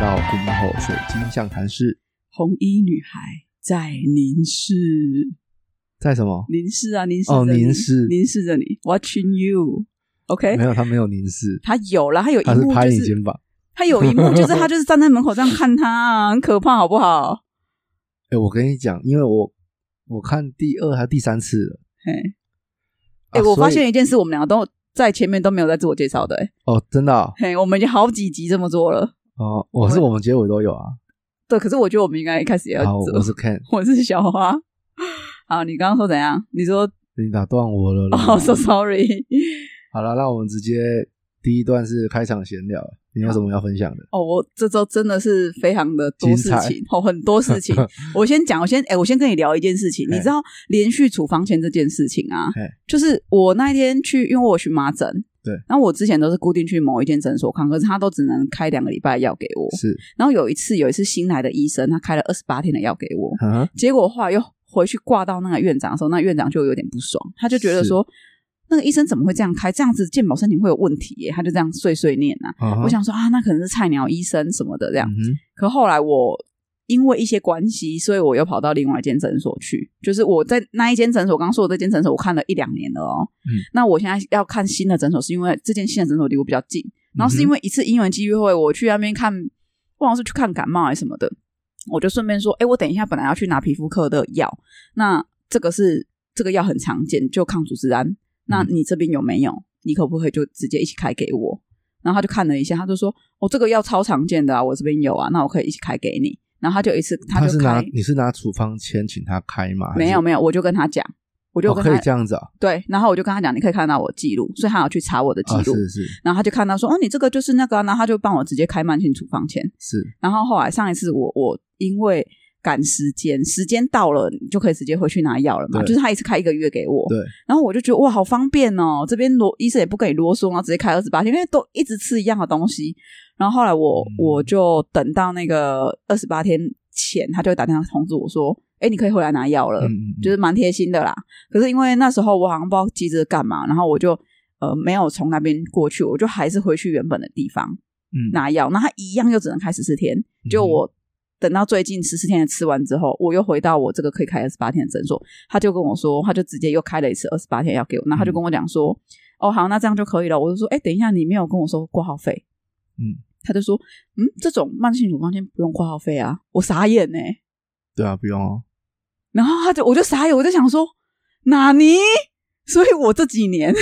到顾幕后水晶象谈室，红衣女孩在凝视，在什么？凝视啊，凝视哦着你凝视凝视着你，watching you，OK？、没有，他没有凝视，他有啦，他有一他是幕拍就你是肩膀。他有一幕 就是他就是站在门口这样看他、啊，很可怕，好不好？哎、我跟你讲，因为我我看第二还第三次了。嘿，哎哎、我发现一件事，我们两个都在前面都没有在自我介绍的、哎，哦，真的哦，嘿，我们已经好几集这么做了。哦我是我们结尾都有啊。对，可是我觉得我们应该一开始也要好，做。我是 Ken， 我是小花。好，你刚刚说怎样？你说你打断我了啦。 哦、s o sorry。好了，那我们直接第一段是开场闲聊，你有什么要分享的？哦，我这周真的是非常的多事精彩情，哦，很多 事情。我先讲，我先哎、我先跟你聊一件事情。哎你知道连续处方签这件事情啊哎？就是我那一天去，因为我有荨麻疹，对。然后我之前都是固定去某一间诊所看，可是他都只能开两个礼拜的药给我。是，然后有一次，有一次新来的医生，他开了二十八天的药给我，嗯，结果后来又回去挂到那个院长的时候，那院长就有点不爽，他就觉得是说，那个医生怎么会这样开？这样子健保申请会有问题耶，他就这样碎碎念啊。我我想说啊，那可能是菜鸟医生什么的这样。哦嗯哼可后来我因为一些关系，所以我又跑到另外一间诊所去，就是我在那一间诊所，刚刚说的这间诊所，我看了一两年了哦。嗯那我现在要看新的诊所，是因为这间新的诊所离我比较近，嗯然后是因为一次因缘机会，我去那边看，忘了是去看感冒还是什么的，我就顺便说，哎，我等一下本来要去拿皮肤科的药，那这个是这个药很常见，就抗组织胺，嗯那你这边有没有？你可不可以就直接一起开给我？然后他就看了一下，他就说：“哦，这个药超常见的啊，我这边有啊，那我可以一起开给你。”然后他就一次，嗯他就是拿开，你是拿处方签请他开吗？还是没有没有，我就跟他讲，我就哦跟可他、以这样子啊，对，然后我就跟他讲，你可以看到我记录，所以他有去查我的记啊录，是是然后他就看到说：“哦，你这个就是那个、啊。”然后他就帮我直接开慢性处方签。是，然后后来上一次我我因为赶时间，时间到了你就可以直接回去拿药了嘛，对就是他一次开一个月给我，对，然后我就觉得哇，好方便哦！这边啰医生也不跟你啰嗦，然后直接开二十八天，因为都一直吃一样的东西。然后后来我、嗯我就等到那个二十八天前，他就会打电话通知我说：“哎，你可以回来拿药了。嗯嗯，就是蛮贴心的啦。可是因为那时候我好像不知道急着干嘛，然后我就呃没有从那边过去，我就还是回去原本的地方嗯拿药。那他一样又只能开十四天，就我等到最近十四天的吃完之后，我又回到我这个可以开二十八天的诊所，他就跟我说，他就直接又开了一次二十八天药给我，那嗯他就跟我讲说，哦好，那这样就可以了。我就说，哎，等一下，你没有跟我说挂号费，嗯，他就说，嗯，这种慢性处方签不用挂号费啊，我傻眼呢、对啊，不用哦，然后他就我就傻眼，我就想说哪尼？ 所以我这几年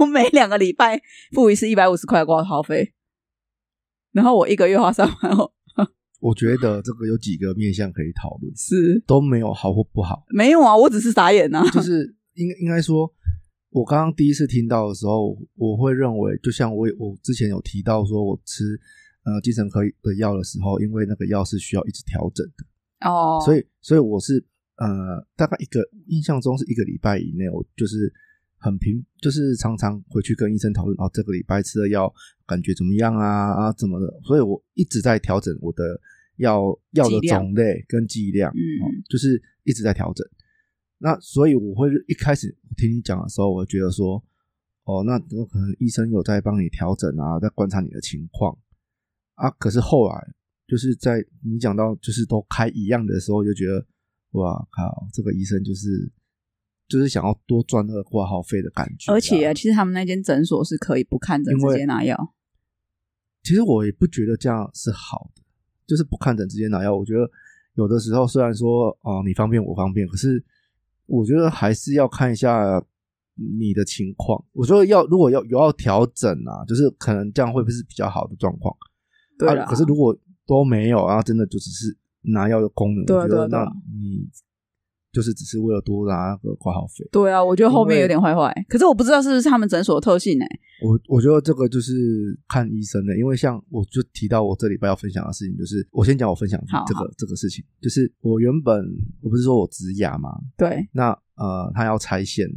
我每两个礼拜付一次一百五十块的挂号费，然后我一个月花三万哦，我觉得这个有几个面向可以讨论，是都没有好或不好，没有啊，我只是傻眼啊。就是应应该说，我刚刚第一次听到的时候，我会认为，就像我我之前有提到说，我吃呃精神科的药的时候，因为那个药是需要一直调整的，哦，所以以所以我是呃大概一个印象中是一个礼拜以内，我就是。很平，就是常常回去跟医生讨论，哦，这个礼拜吃的药感觉怎么样啊啊怎么的，所以我一直在调整我的药药的剂量种类跟剂量，嗯哦，就是一直在调整。那所以我会一开始听你讲的时候，我会觉得说，哦，那那可能医生有在帮你调整啊，在观察你的情况啊。可是后来就是在你讲到就是都开一样的时候，就觉得哇靠，这个医生就是就是想要多赚那个挂号费的感觉啊、而且、啊、其实他们那间诊所是可以不看诊因为啊直接拿药，其实我也不觉得这样是好的，就是不看诊之间拿药。我觉得有的时候虽然说哦、你方便我方便，可是我觉得还是要看一下你的情况。我说要如果要有要调整啊，就是可能这样会不会是比较好的状况？对啦啊，可是如果都没有，然后真的就只是拿药的功能，对啊我觉得对啊对那啊你就是只是为了多拿那个挂号费。对啊，我觉得后因面为有点坏坏，可是我不知道是不是他们诊所的特性哎、我我觉得这个就是看医生的，因为像我就提到我这礼拜要分享的事情，就是我先讲我分享好这个这个事情，就是我原本我不是说我植牙嘛，对，那呃他要拆线了，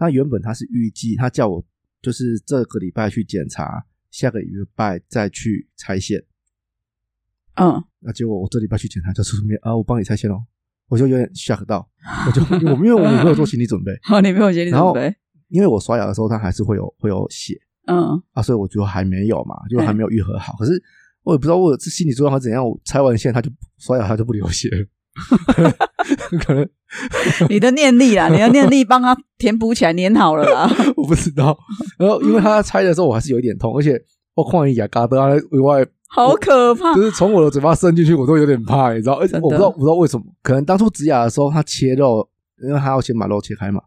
那原本他是预计他叫我就是这个礼拜去检查，下个礼拜再去拆线，嗯，那结果我这礼拜去检查就出面啊，我帮你拆线哦，我就有点 shock 到，我就我因为我没有做心理准备，好，你没有心理然准后备，因为我刷牙的时候它还是会有会有血。嗯，啊，所以我觉得还没有嘛，就还没有愈合好。可是我也不知道我这心理状况怎样，我拆完线它就刷牙它就不流血了， 可能你的念力啦，你的念力帮他填补起来，粘好了啦。 我不知道。然后因为他拆的时候我还是有一点痛，而且我看一牙嘎的啊以外，好可怕！就是从我的嘴巴伸进去我都有点怕，你知道？而且真的我不知道我不知道为什么，可能当初植牙的时候他切肉，因为他要先把肉切开嘛，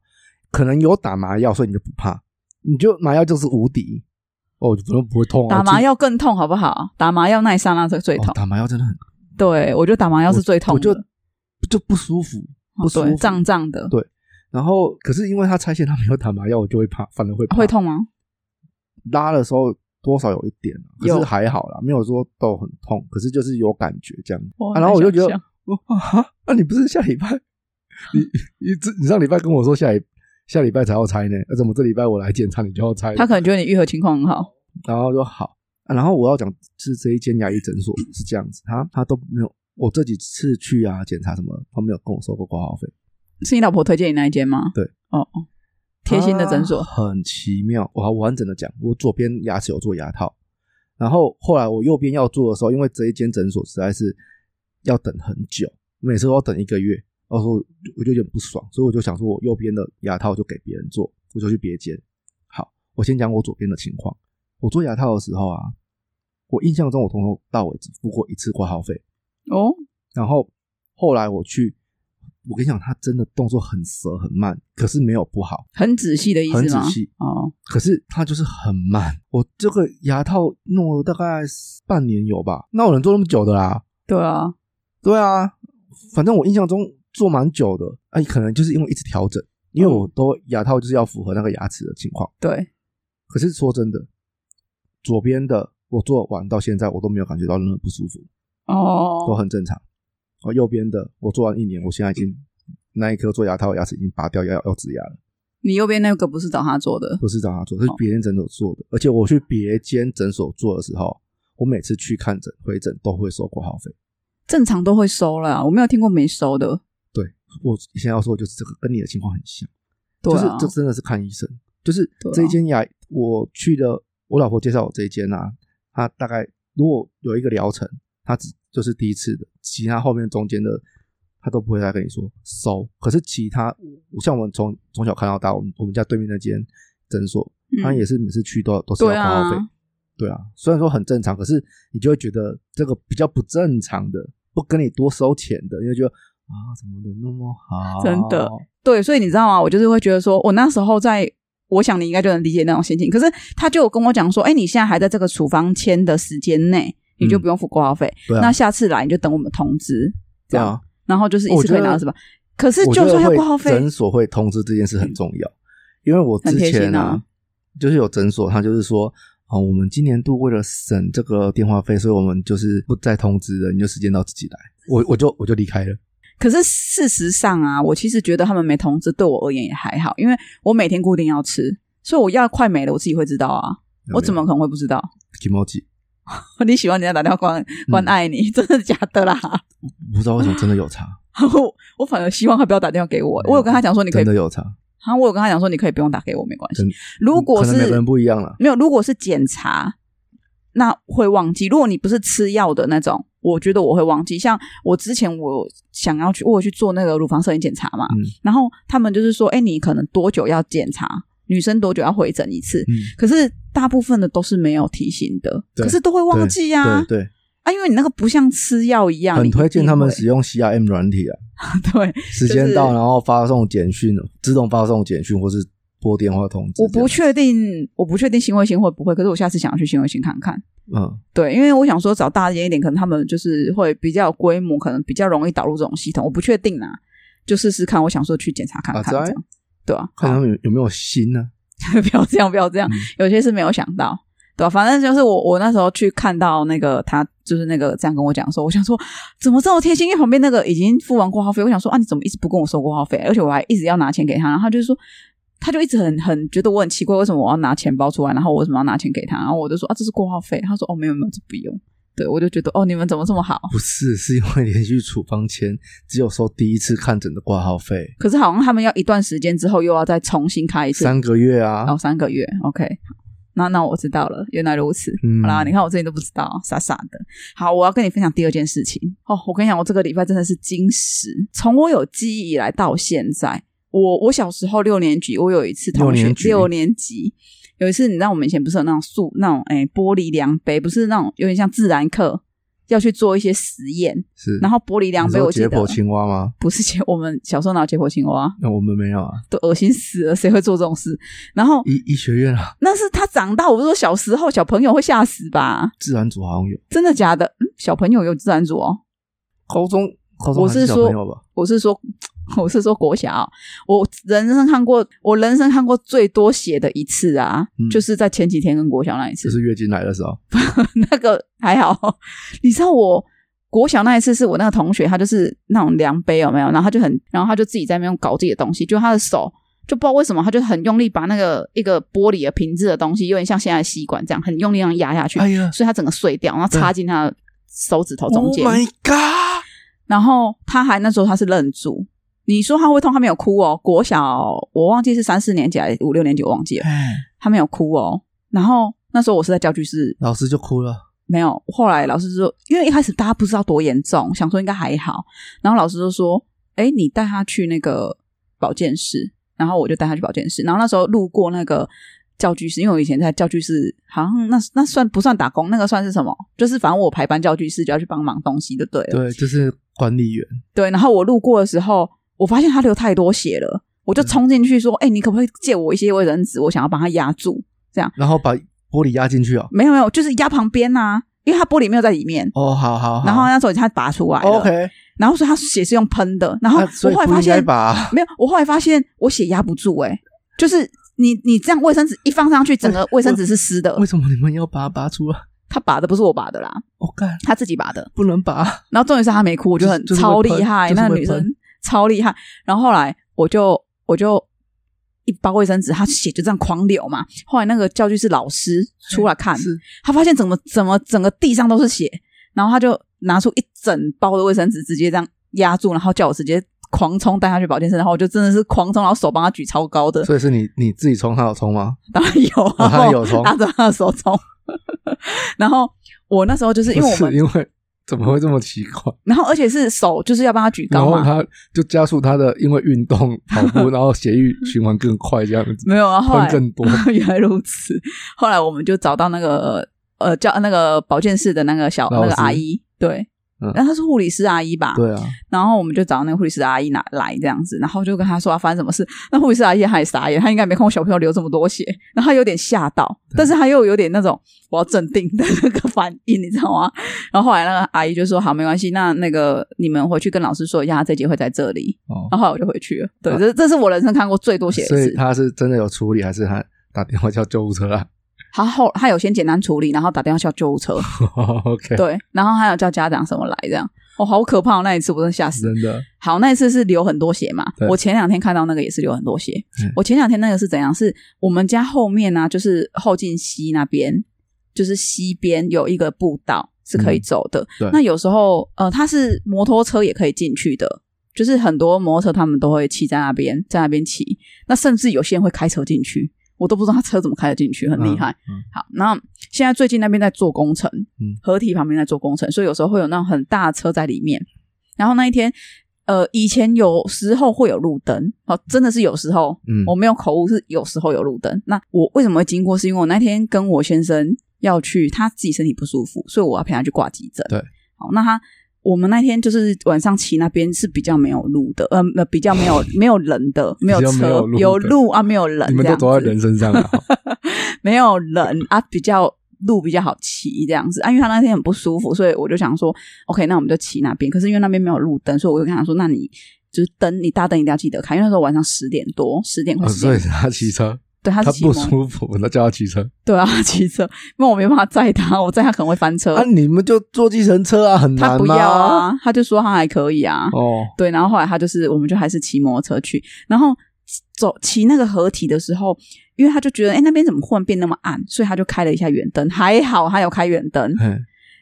可能有打麻药，所以你就不怕，你就麻药就是无敌。哦，我就不用不会痛啊！打麻药药更痛，好不好？打麻药那一刹那是最痛。打麻药真的很对，我觉得打麻药是最痛我的，哦就就不舒服，不舒对服。胀胀的对，然后可是因为他拆线，他没有打麻药，我就会怕，反而会怕会。痛吗？拉的时候多少有一点啊，可有是还好啦，没有说都很痛，可是就是有感觉这样。哇啊然后我就觉哦很得想笑，我 啊，那你不是下礼拜？ 你你这你上礼拜跟我说下礼下礼拜才要拆呢，啊那、怎么这礼拜我来检查你就要拆？他可能觉得你愈合情况很好，然后就好、啊然后我要讲是这一间牙医诊所是这样子，他他都没有，我这几次去啊检查什么，他没有跟我收过挂号费。是你老婆推荐你那一间吗？对，哦哦，贴心的诊所它，啊很奇妙。我好完整的讲，我左边牙齿有做牙套，然后后来我右边要做的时候，因为这一间诊所实在是要等很久，每次都要等一个月，然后我就我就有点不爽，所以我就想说，我右边的牙套就给别人做，我就去别间。好，我先讲我左边的情况。我做牙套的时候啊，我印象中我从头到尾只付过一次挂号费，哦，然后后来我去。我跟你讲，他真的动作很蛇很慢，可是没有不好，很仔细的意很思仔吗？细。哦，可是它就是很慢。我这个牙套弄了大概半年有吧？那我能做那么久的啦？对啊，对啊，反正我印象中做蛮久的。哎、可能就是因为一直调整，因为我都牙套就是要符合那个牙齿的情况。对，可是说真的，左边的我做完到现在我都没有感觉到任何不舒服，都哦，很正常。而右边的我做完一年，我现在已经那一颗做牙套的牙齿已经拔掉，要要植牙了。你右边那个不是找他做的，不是找他做，哦是别间诊所做的。而且我去别间诊所做的时候，我每次去看诊、回诊都会收挂号费。正常都会收啦，我没有听过没收的，我现在要说的就是这个跟你的情况很像，对就是啊，这真的是看医生，就是对啊这一间牙，我去的，我老婆介绍我这一间啊，他大概如果有一个疗程，他只就是第一次的，其他后面中间的。他都不会再跟你说收，可是其他我像我们从从小看到大，我们我们家对面那间诊所，他嗯也是每次去都都是要对挂号费啊，，对啊，虽然说很正常，可是你就会觉得这个比较不正常的，不跟你多收钱的，你就觉得啊，怎么能那么好？ 真的对，所以你知道吗？我就是会觉得说，我那时候在，我想你应该就能理解那种心情。可是他就有跟我讲说，哎，你现在还在这个处方签的时间内，你就不用付挂号费。嗯对啊，那下次来你就等我们通知，这对样，啊，然后就是一我次觉可以得拿到是吧？可是我就觉得算要会挂号费，诊所会通知这件事很重要，因为我之很贴前心啊就是有诊所，他就是说啊，我们今年度为了省这个电话费，所以我们就是不再通知了，你就时间到自己来。我我就我就离开了，可是事实上啊，我其实觉得他们没通知对我而言也还好，因为我每天固定要吃，所以我药快没了，我自己会知道啊。我怎么可能会不知道？ emoji？你喜欢人家打电话嗯关关爱你， 真的假的啦？不知道为什么真的有 差，我我反而希望他不要打电话给我。没有我有跟他讲说，你可以真的有差，啊，我有跟他讲说，你可以不用打给我，没关系真。如果可能每个是人不一样了。没有，如果是检查，那会忘记。如果你不是吃药的那种，我觉得我会忘记。像我之前我想要去，我有去做那个乳房摄影检查嘛，嗯然后他们就是说，哎，你可能多久要检查？女生多久要回诊一次？嗯，可是大部分的都是没有提醒的，对可是都会忘记呀、啊。对对，啊，因为你那个不像吃药一样，很你一推荐定他们会使用 CRM 软体 啊，对，时间就到，是然后发送简讯，自动发送简讯或是拨电话通知。我不，确定，我不确定新卫星会不会，可是我下次想要去新卫星看看。嗯，对，因为我想说找大一点一点，可能他们就是会比较有规模，可能比较容易导入这种系统，我不确定啦，就试试看。我想说去检查看看，啊这样、在对啊，看他们有有没有心呢？ 不要这样，不要这样嗯，有些是没有想到，对吧、啊反正就是我，我那时候去看到那个他，就是那个这样跟我讲说，我想说啊怎么这么贴心？因为旁边那个已经付完挂号费，我想说啊，你怎么一直不跟我收挂号费？而且我还一直要拿钱给他，然后他就说。啊他就一直很很觉得我很奇怪，为什么我要拿钱包出来，然后我为什么要拿钱给他？然后我就说啊，这是挂号费。他说哦，没有没有，这不用。对我就觉得哦，你们怎么这么好？不是，是因为连续处方签只有收第一次看诊的挂号费，可是好像他们要一段时间之后又要再重新开一次，哦三个月啊哦，，三个月，OK，那那我知道了，原来如此。嗯好啦，你看我自己都不知道，傻傻的。好，我要跟你分享第二件事情哦。我跟你讲，我这个礼拜真的是惊喜。从我有记忆以来到现在，我我小时候六年级，我有一次同学六年级六年级有一次，你知道我们以前不是有那种塑那种哎、玻璃量杯，不是那种有点像自然课要去做一些实验，是。然后玻璃嗯量你杯说我记解得剖青蛙吗？不是解，我们小时候哪有解剖青蛙，那我们没有啊，都恶心死了，谁会做这种事？然后医医学院啊，那是他长大，我不是说小时候小朋友会吓死吧？自然组好像有。真的假的？嗯，小朋友有自然组哦。高中高中我还是小说朋友吧，我是说，我是说国小，我人生看过，我人生看过最多血的一次啊，嗯就是在前几天跟国小那一次就，是月经来的时候， 那个还好。你知道我国小那一次是我那个同学，他就是那种量杯有没有？然后他就很，然后他就自己在那边搞自己的东西，就他的手就不知道为什么，他就很用力把那个一个玻璃的瓶子的东西，有点像现在的吸管这样，很用力让压下去，哎呀所以他整个碎掉，然后插进他的手指头中，Oh 间。 my god！然后他还那时候他是愣住。你说他会痛，他没有哭哦。国小我忘记是三四年级还是五六年级，我忘记了，哎，他没有哭哦。然后那时候我是在教具室老师就哭了，没有，后来老师说，因为一开始大家不知道多严重，想说应该还好，然后老师就说：“哎，你带他去那个保健室。”然后我就带他去保健室，然后那时候路过那个教具室，因为我以前在教具室，好像那那算不算打工？那个算是什么？就是反正我排班教具室就要去帮忙东西就对了。对，就是管理员，对，然后我路过的时候，我发现他流太多血了，我嗯就冲进去说：“哎，你可不可以借我一些卫生纸？我想要帮他压住。然后把玻璃压进去哦”。没有没有，就是压旁边呐、因为他玻璃没有在里面。哦，好好好，然后那时候他拔出来了 OK，然后所以他血是用喷的，然后那我所以后来不发应该啊现、把没有，我后来发现我血压不住、欸，就是你你这样卫生纸一放上去，整个卫生纸是湿的为，什么你们要把它拔出来？他拔的不是我拔的啦，我干，他自己拔的，不能拔，啊然后重点是他没哭，我就很、就是就是超会厉喷害，就是那个会女生喷超厉害，然后后来我就我就。一包卫生纸，他血就这样狂流嘛。后来那个教具是老师出来看，是他发现怎么怎么整个地上都是血，然后他就拿出一整包的卫生纸，直接这样压住，然后叫我直接狂冲带他去保健室，然后我就真的是狂冲，然后手帮他举超高的，所以是你你自己冲，他有冲吗？当然有啊，哦他有冲拉着他的手冲， 然后我那时候就是因为我不们是，因为怎么会这么奇怪？然后而且是手就是要帮他举然 高后嘛，他就加速他的，因为运动跑步， 然后血液循环更快，这样子没有啊，后来喷更多。 原来如此。后来我们就找到那个呃叫那个保健室的那个小老那师个阿姨，对，嗯然后她是护理师阿姨吧？对啊，然后我们就找那个护理师阿姨拿来这样子，然后就跟她说、啊、发生什么事。那护理师阿姨她也傻眼，她应该没看过小朋友流这么多血，然后她有点吓到，但是她又有点那种我要镇定的那个反应，你知道吗？然后后来那个阿姨就说：“好，没关系，那那个你们回去跟老师说一下，她这集会在这里。”哦，然后后来我就回去了。对，啊这这是我人生看过最多血的所一以次。他是真的有处理，还是他打电话叫救护车啊 啦他后他有先简单处理，然后打电话叫救 护车，哦？OK，对，然后还有叫家长什么来这样。哦，好可怕、哦！那一次我真的吓死真的好，那一次是流很多血嘛嗯对。我前两天看到那个也是流很多血。嗯我前两天那个是怎样？是我们家后面呢、就是后进溪那边，就是西边有一个步道是可以走的。嗯对那有时候呃，它是摩托车也可以进去的，就是很多摩托车他们都会骑在那边，在那边骑。那甚至有些人会开车进去，我都不知道他车怎么开得进去，很厉害。。嗯嗯好，那现在最近那边在做工程，嗯河堤旁边在做工程，所以有时候会有那种很大的车在里面。然后那一天，呃，以前有时候会有路灯，哦，真的是有时候，嗯我没有口误，是有时候有路灯。那我为什么会经过？是因为我那天跟我先生要去，他自己身体不舒服，所以我要陪他去挂急诊。对，好，那他。我们那天就是晚上骑那边是比较没有路的，呃，呃比较没有没有人的，没有比较没车，有路的有路啊，没有人。你们这都走样子。在人身上了， 啊没有人啊，比较路比较好骑这样子啊，因为他那天很不舒服，所以我就想说，OK，那我们就骑那边。可是因为那边没有路灯，所以我就跟他说，那你就是灯，你大灯一定要记得开，因为那时候晚上十点多，十点快哦十点，所以他骑车，对，他他是骑不摩舒服，那叫他骑车。对啊，他骑车，因为我没办法载他，我载他可能会翻车。啊，你们就坐计程车啊，很他难不吗？要啊，他就说他还可以啊，哦，对，然后后来他就是，我们就还是骑摩托车去，然后骑走骑那个合体的时候，因为他就觉得，哎，那边怎么忽然变那么暗，所以他就开了一下远灯，还好他有开远灯，嘿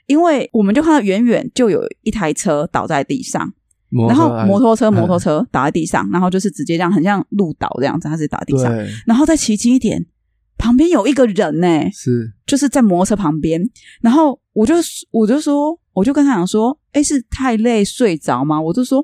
因为我们就看到远远就有一台车倒在地上，摩然托后车还摩托车嗯摩托车倒在地上，然后就是直接这样，很像路倒这样子，它是倒在地上，对，然后再骑近一点，旁边有一个人呢、是就是在摩托车旁边，然后我就我就说，我就跟他讲说，哎，是太累睡着吗？我就说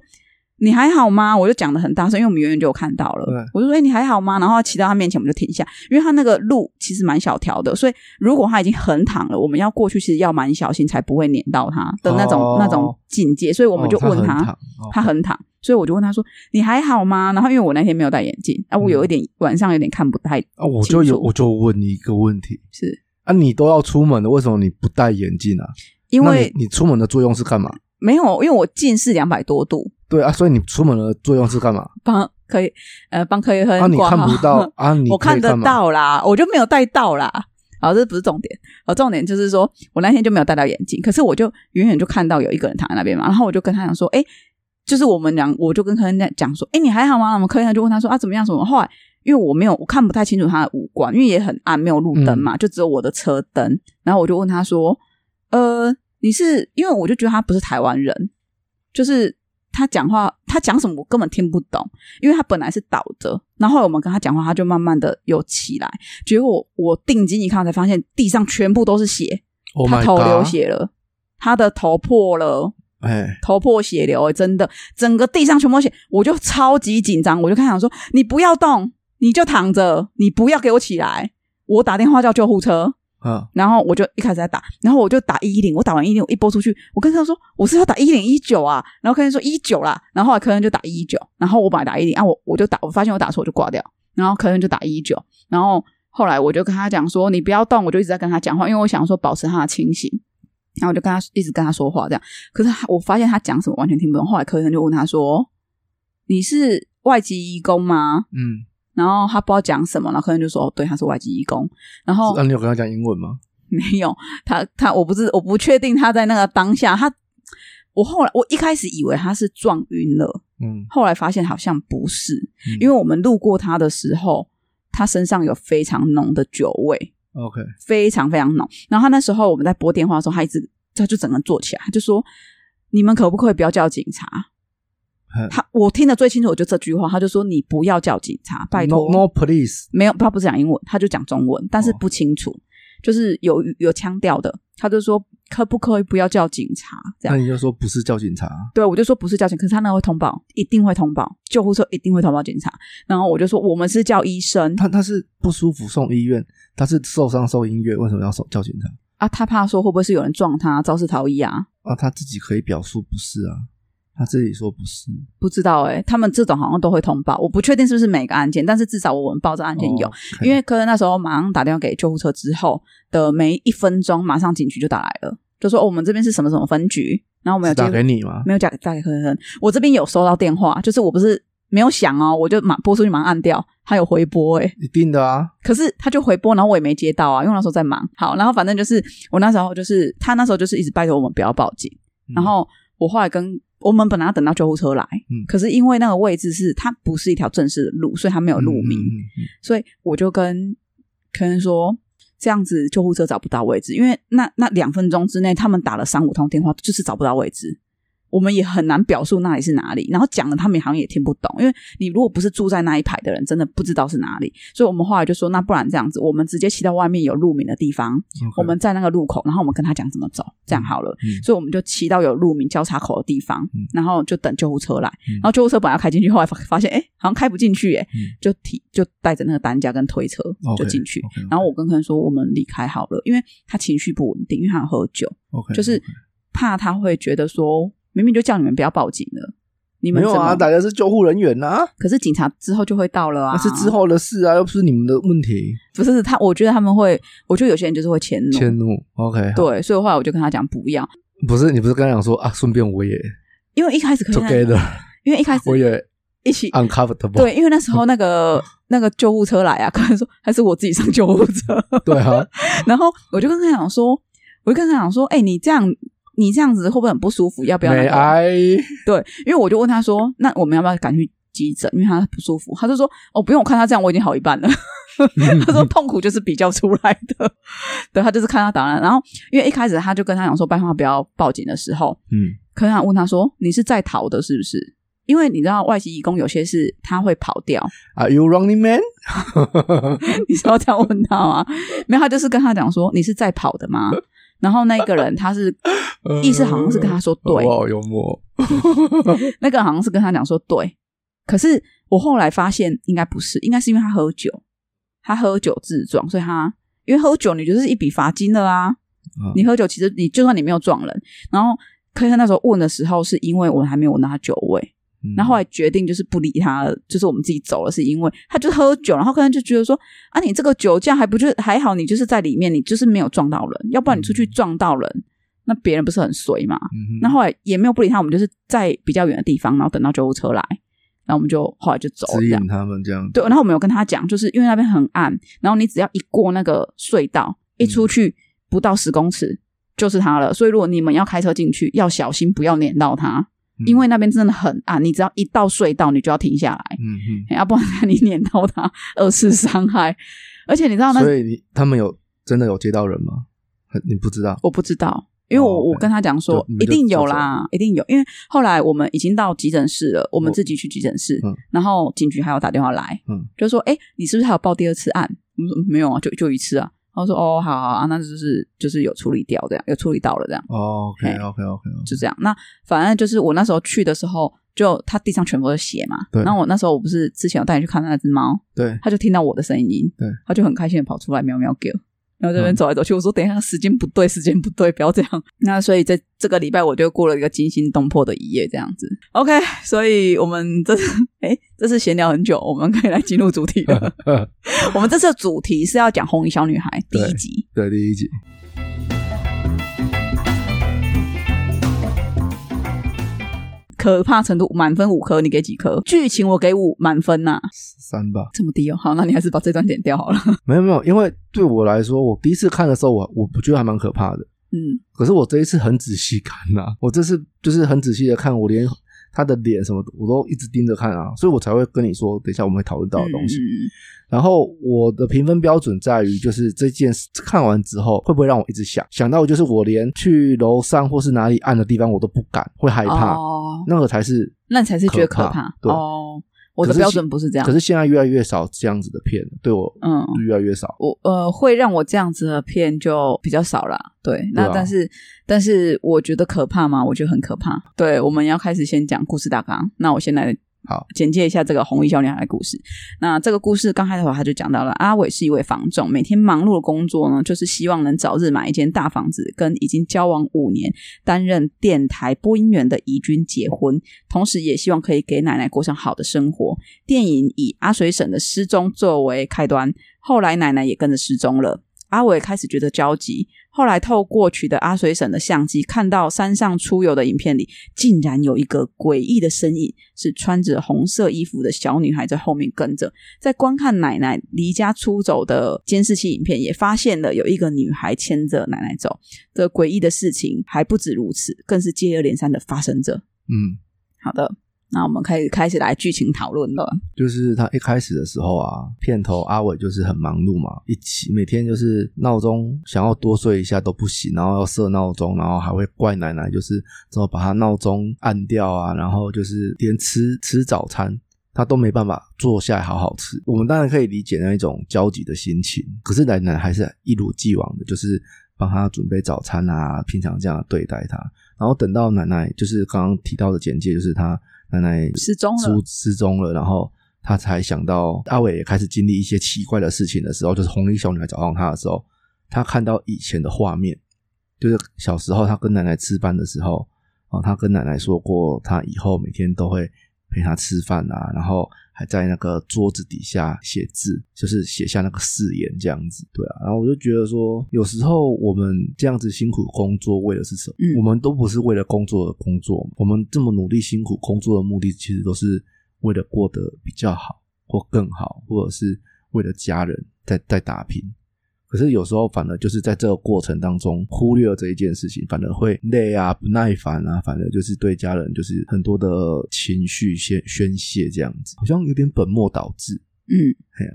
你还好吗？我就讲的很大声，因为我们远远就有看到了对。我就说，哎，你还好吗？然后骑到他面前，我们就停下，因为他那个路其实蛮小条的，所以如果他已经横躺了，我们要过去其实要蛮小心，才不会碾到他的那种、哦那种境界。所以我们就哦他问他，很躺，哦他很躺，所以我就问他说：“你还好吗？”然后因为我那天没有戴眼镜，啊，我有一点、晚上有点看不太啊，我就清有楚我就问你一个问题是，啊，你都要出门了，为什么你不戴眼镜啊？因那为你你出门的作用是干嘛？没有，因为我近视两百多度，对啊，所以你出门的作用是干嘛？帮可以呃帮柯以亨啊，你挂看号不 到啊， 你我可以看得干嘛，到啦，我就没有戴到啦。好，这不是重点，好，重点就是说我那天就没有戴到眼镜，可是我就远远就看到有一个人躺在那边嘛，然后我就跟他讲说，哎、就是我们俩，我就跟客人在讲说，哎、你还好吗？我们客人就问他说啊，怎么样？什么？后来因为我没有，我看不太清楚他的五官，因为也很暗，没有路灯嗯嘛，就只有我的车灯，然后我就问他说，呃，你是因为我就觉得他不是台湾人，就是他讲话，他讲什么我根本听不懂，因为他本来是倒着，然后后来我们跟他讲话，他就慢慢的有起来，结果我定睛一看才发现地上全部都是血， Oh 他 my 头流 God 血了，他的头破了。哎，头破血流、欸，真的，整个地上全部都血，我就超级紧张，我就看想说，你不要动，你就躺着，你不要给我起来，我打电话叫救护车，啊，然后我就一开始在打，然后我就打一零，我打完一零，我一拨出去，我跟客人说我是要打一零一九啊，然后客人说一九啦，然后后来客人就打一九，然后我本来打一零啊，我我就打，我发现我打错我就挂掉，然后客人就打一九，然后后来我就跟他讲说你不要动，我就一直在跟他讲话，因为我想说保持他的清醒，然后我就跟他一直跟他说话这样，可是他我发现他讲什么完全听不懂，后来客人就问他说你是外籍义工吗？嗯，然后他不知道讲什么，然后客人就说哦，对，他是外籍义工，然后那啊你有跟他讲英文吗？ 没有，他他我不是我不确定他在那个当下，他我后来我一开始以为他是撞晕了，嗯，后来发现好像不是，嗯因为我们路过他的时候，他身上有非常浓的酒味， OK，非常非常浓。然后他那时候我们在拨电话的时候，他一直他就整个坐起来，他就说：“你们可不可以不要叫警察嗯？”他我听得最清楚的就这句话，他就说：“你不要叫警察，拜托 No, no, please，没有，他不是讲英文，他就讲中文，但是哦不清楚，就是有有腔调的。他就说可不可以不要叫警察这那样？你就说不是叫警察，啊对，我就说不是叫警，可是他那个会通报，一定会通报，救护车一定会通报警察。然后我就说我们是叫医生他他是不舒服送医院，他是受伤送医院，为什么要送叫警察？啊，他怕说会不会是有人撞他，肇事逃逸啊？啊，他自己可以表述不是啊，他自己说不是，不知道哎、他们这种好像都会通报，我不确定是不是每个案件，但是至少我们报这案件有，哦因为科恩那时候马上打电话给救护车之后的没一分钟，马上警局就打来了，就说、哦、我们这边是什么什么分局，然后我们有是打接给你吗？没有打打给客人，我这边有收到电话，就是我不是没有响哦，我就马拨出去马上按掉，他有回拨诶、一定的啊，可是他就回拨，然后我也没接到啊，因为我那时候在忙。好，然后反正就是我那时候就是他那时候就是一直拜托我们不要报警，嗯然后我后来跟我们本来要等到救护车来，嗯可是因为那个位置是它不是一条正式的路，所以它没有路名，嗯嗯嗯嗯所以我就跟客人说，这样子救护车找不到位置，因为那那两分钟之内，他们打了三五通电话，就是找不到位置。我们也很难表述那里是哪里，然后讲了他们好像也听不懂，因为你如果不是住在那一排的人，真的不知道是哪里。所以我们后来就说，那不然这样子，我们直接骑到外面有路名的地方，嗯 OK 我们在那个路口，然后我们跟他讲怎么走，这样好了。嗯所以我们就骑到有路名交叉口的地方，嗯然后就等救护车来。嗯然后救护车本来要开进去，后来发发现哎、诶好像开不进去、诶哎、嗯哦就提就带着那个担架跟推车 OK，就进去。 OK，然后我跟客人说我们离开好了，因为他情绪不稳定，因为他有喝酒， OK，就是怕他会觉得说明明就叫你们不要报警了，你没们有怎么？啊，打的是救护人员呐、啊，可是警察之后就会到了啊，那是之后的事啊，又不是你们的问题，不是他，我觉得他们会，我觉得有些人就是会迁怒，迁怒 OK，好对，所以后来我就跟他讲不要，不是你不是刚才讲说啊，顺便我也因为一开始可以 together，因为一开始我也一起 uncomfortable，对，因为那时候那个那个救护车来啊，客人说还是我自己上救护车， 对啊，然后我就跟他讲说，我就跟他讲说，哎、你这样你这样子会不会很不舒服？要不要、嗯那美个？哀对，因为我就问他说，那我们要不要赶去急诊？因为他不舒服，他就说，哦，不用，我看他这样我已经好一半了。他说痛苦就是比较出来的，对他就是看他答案。然后因为一开始他就跟他讲说，拜托他不要报警的时候，嗯柯南问他说：“你是在逃的，是不是？”因为你知道外籍义工有些是他会跑掉， Are you running man？ 你是要这样问他吗？没有，他就是跟他讲说你是在跑的吗？然后那个人他是意思好像是跟他说 对，我好幽默。那个好像是跟他讲说对，可是我后来发现应该不是，应该是因为他喝酒，他喝酒自撞，所以他因为喝酒你就是一笔罚金了啊。嗯你喝酒其实你就算你没有撞人，然后科科那时候问的时候，是因为我还没有闻到他酒味，嗯然后后来决定就是不理他了，就是我们自己走了，是因为他就喝酒，然后科科就觉得说啊，你这个酒驾还不就还好，你就是在里面，你就是没有撞到人，要不然你出嗯去撞到人，那别人不是很衰嘛？嗯哼那后来也没有不理他，我们就是在比较远的地方，然后等到救护车来，然后我们就后来就走了。指这样引他们这样子，对，然后我们有跟他讲，就是因为那边很暗，然后你只要一过那个隧道，一嗯出去不到十公尺就是他了。所以如果你们要开车进去，要小心不要碾到他，嗯因为那边真的很暗，你只要一到隧道，你就要停下来，嗯哼要不然你碾到他二次伤害。而且你知道那所以你他们有真的有接到人吗？很你不知道，我不知道，因为我、哦，OK 我跟他讲说就你们一就定有啦，一定有，因为后来我们已经到急诊室了，我们我自己去急诊室，哦嗯然后警局还有打电话来，嗯就说哎、诶你是不是还有报第二次案？我们说嗯没有啊，就就一次啊。然后说哦，好好啊，那就是就是有处理掉这样，有处理到了这样，哦，OK 嘿 OK OK，就这样。那反正就是我那时候去的时候，就他地上全部都是血嘛。对然后我那时候我不是之前有带你去看那只猫， 对，他就听到我的声音，对，他就很开心的跑出来喵喵叫，然后这边嗯走来走去，我说等一下时间不对，时间不对，不要这样。那所以在这个礼拜我就过了一个惊心动魄的一夜，这样子。OK，所以我们这次哎，这次闲聊很久，我们可以来进入主题了。 我们这次的主题是要讲《红衣小女孩》第一对集。对，第一集，可怕程度满分五颗，你给几颗？剧情我给五满分呐、三吧，这么低哦。好，那你还是把这段剪掉 好了。没有没有，因为对我来说，我第一次看的时候，我我不觉得还蛮可怕的，嗯，可是我这一次很仔细看呐、我这次就是很仔细的看，我连他的脸什么的我都一直盯着看啊，所以我才会跟你说，等一下我们会讨论到的东西。嗯嗯嗯然后我的评分标准在于，就是这件事看完之后会不会让我一直想，想到就是我连去楼上或是哪里暗的地方我都不敢，会害怕，哦，那个才是。那你才是觉得可可怕怕对哦。我的可是标现准不是这样可，是现在越来越少这样子的片了，对我嗯，越来越少。我呃会让我这样子的片就比较少啦。对，那对啊但是、但是我觉得可怕吗？我觉得很可怕。对，我们要开始先讲故事大纲。那我先来好简介一下这个红衣小女孩的故事。那这个故事刚开头他就讲到了，阿伟是一位房仲，每天忙碌的工作呢，就是希望能早日买一间大房子，跟已经交往五年、担任电台播音员的怡君结婚，同时也希望可以给奶奶过上好的生活。电影以阿水婶的失踪作为开端，后来奶奶也跟着失踪了。阿伟开始觉得焦急，后来透过取得阿水婶的相机，看到山上出游的影片里，竟然有一个诡异的身影，是穿着红色衣服的小女孩在后面跟着。在观看奶奶离家出走的监视器影片，也发现了有一个女孩牵着奶奶走。这诡异的事情还不止如此，更是接二连三的发生着。嗯，好的，那我们开始开始来剧情讨论了。就是他一开始的时候啊，片头阿伟就是很忙碌嘛，一起每天就是闹钟想要多睡一下都不行，然后要设闹钟，然后还会怪奶奶，就是怎么把他闹钟按掉啊，然后就是连吃吃早餐。他都没办法坐下来好好吃，我们当然可以理解那一种焦急的心情，可是奶奶还是一如既往的，就是帮他准备早餐啊，平常这样对待他。然后等到奶奶就是刚刚提到的简介，就是他奶奶失踪了出失踪了，然后他才想到阿伟也开始经历一些奇怪的事情的时候，就是红衣小女孩找上他的时候，他看到以前的画面，就是小时候他跟奶奶吃饭的时候，啊，他跟奶奶说过，他以后每天都会陪她吃饭啊，然后还在那个桌子底下写字，就是写下那个誓言这样子，对啊。然后我就觉得说，有时候我们这样子辛苦工作为的是什么？嗯我们都不是为了工作而工作，我们这么努力辛苦工作的目的，其实都是为了过得比较好或更好，或者是为了家人在在打拼。可是有时候反而就是在这个过程当中忽略了这一件事情，反而会累啊、不耐烦啊，反而就是对家人就是很多的情绪宣宣泄这样子，好像有点本末倒置。嗯嘿啊，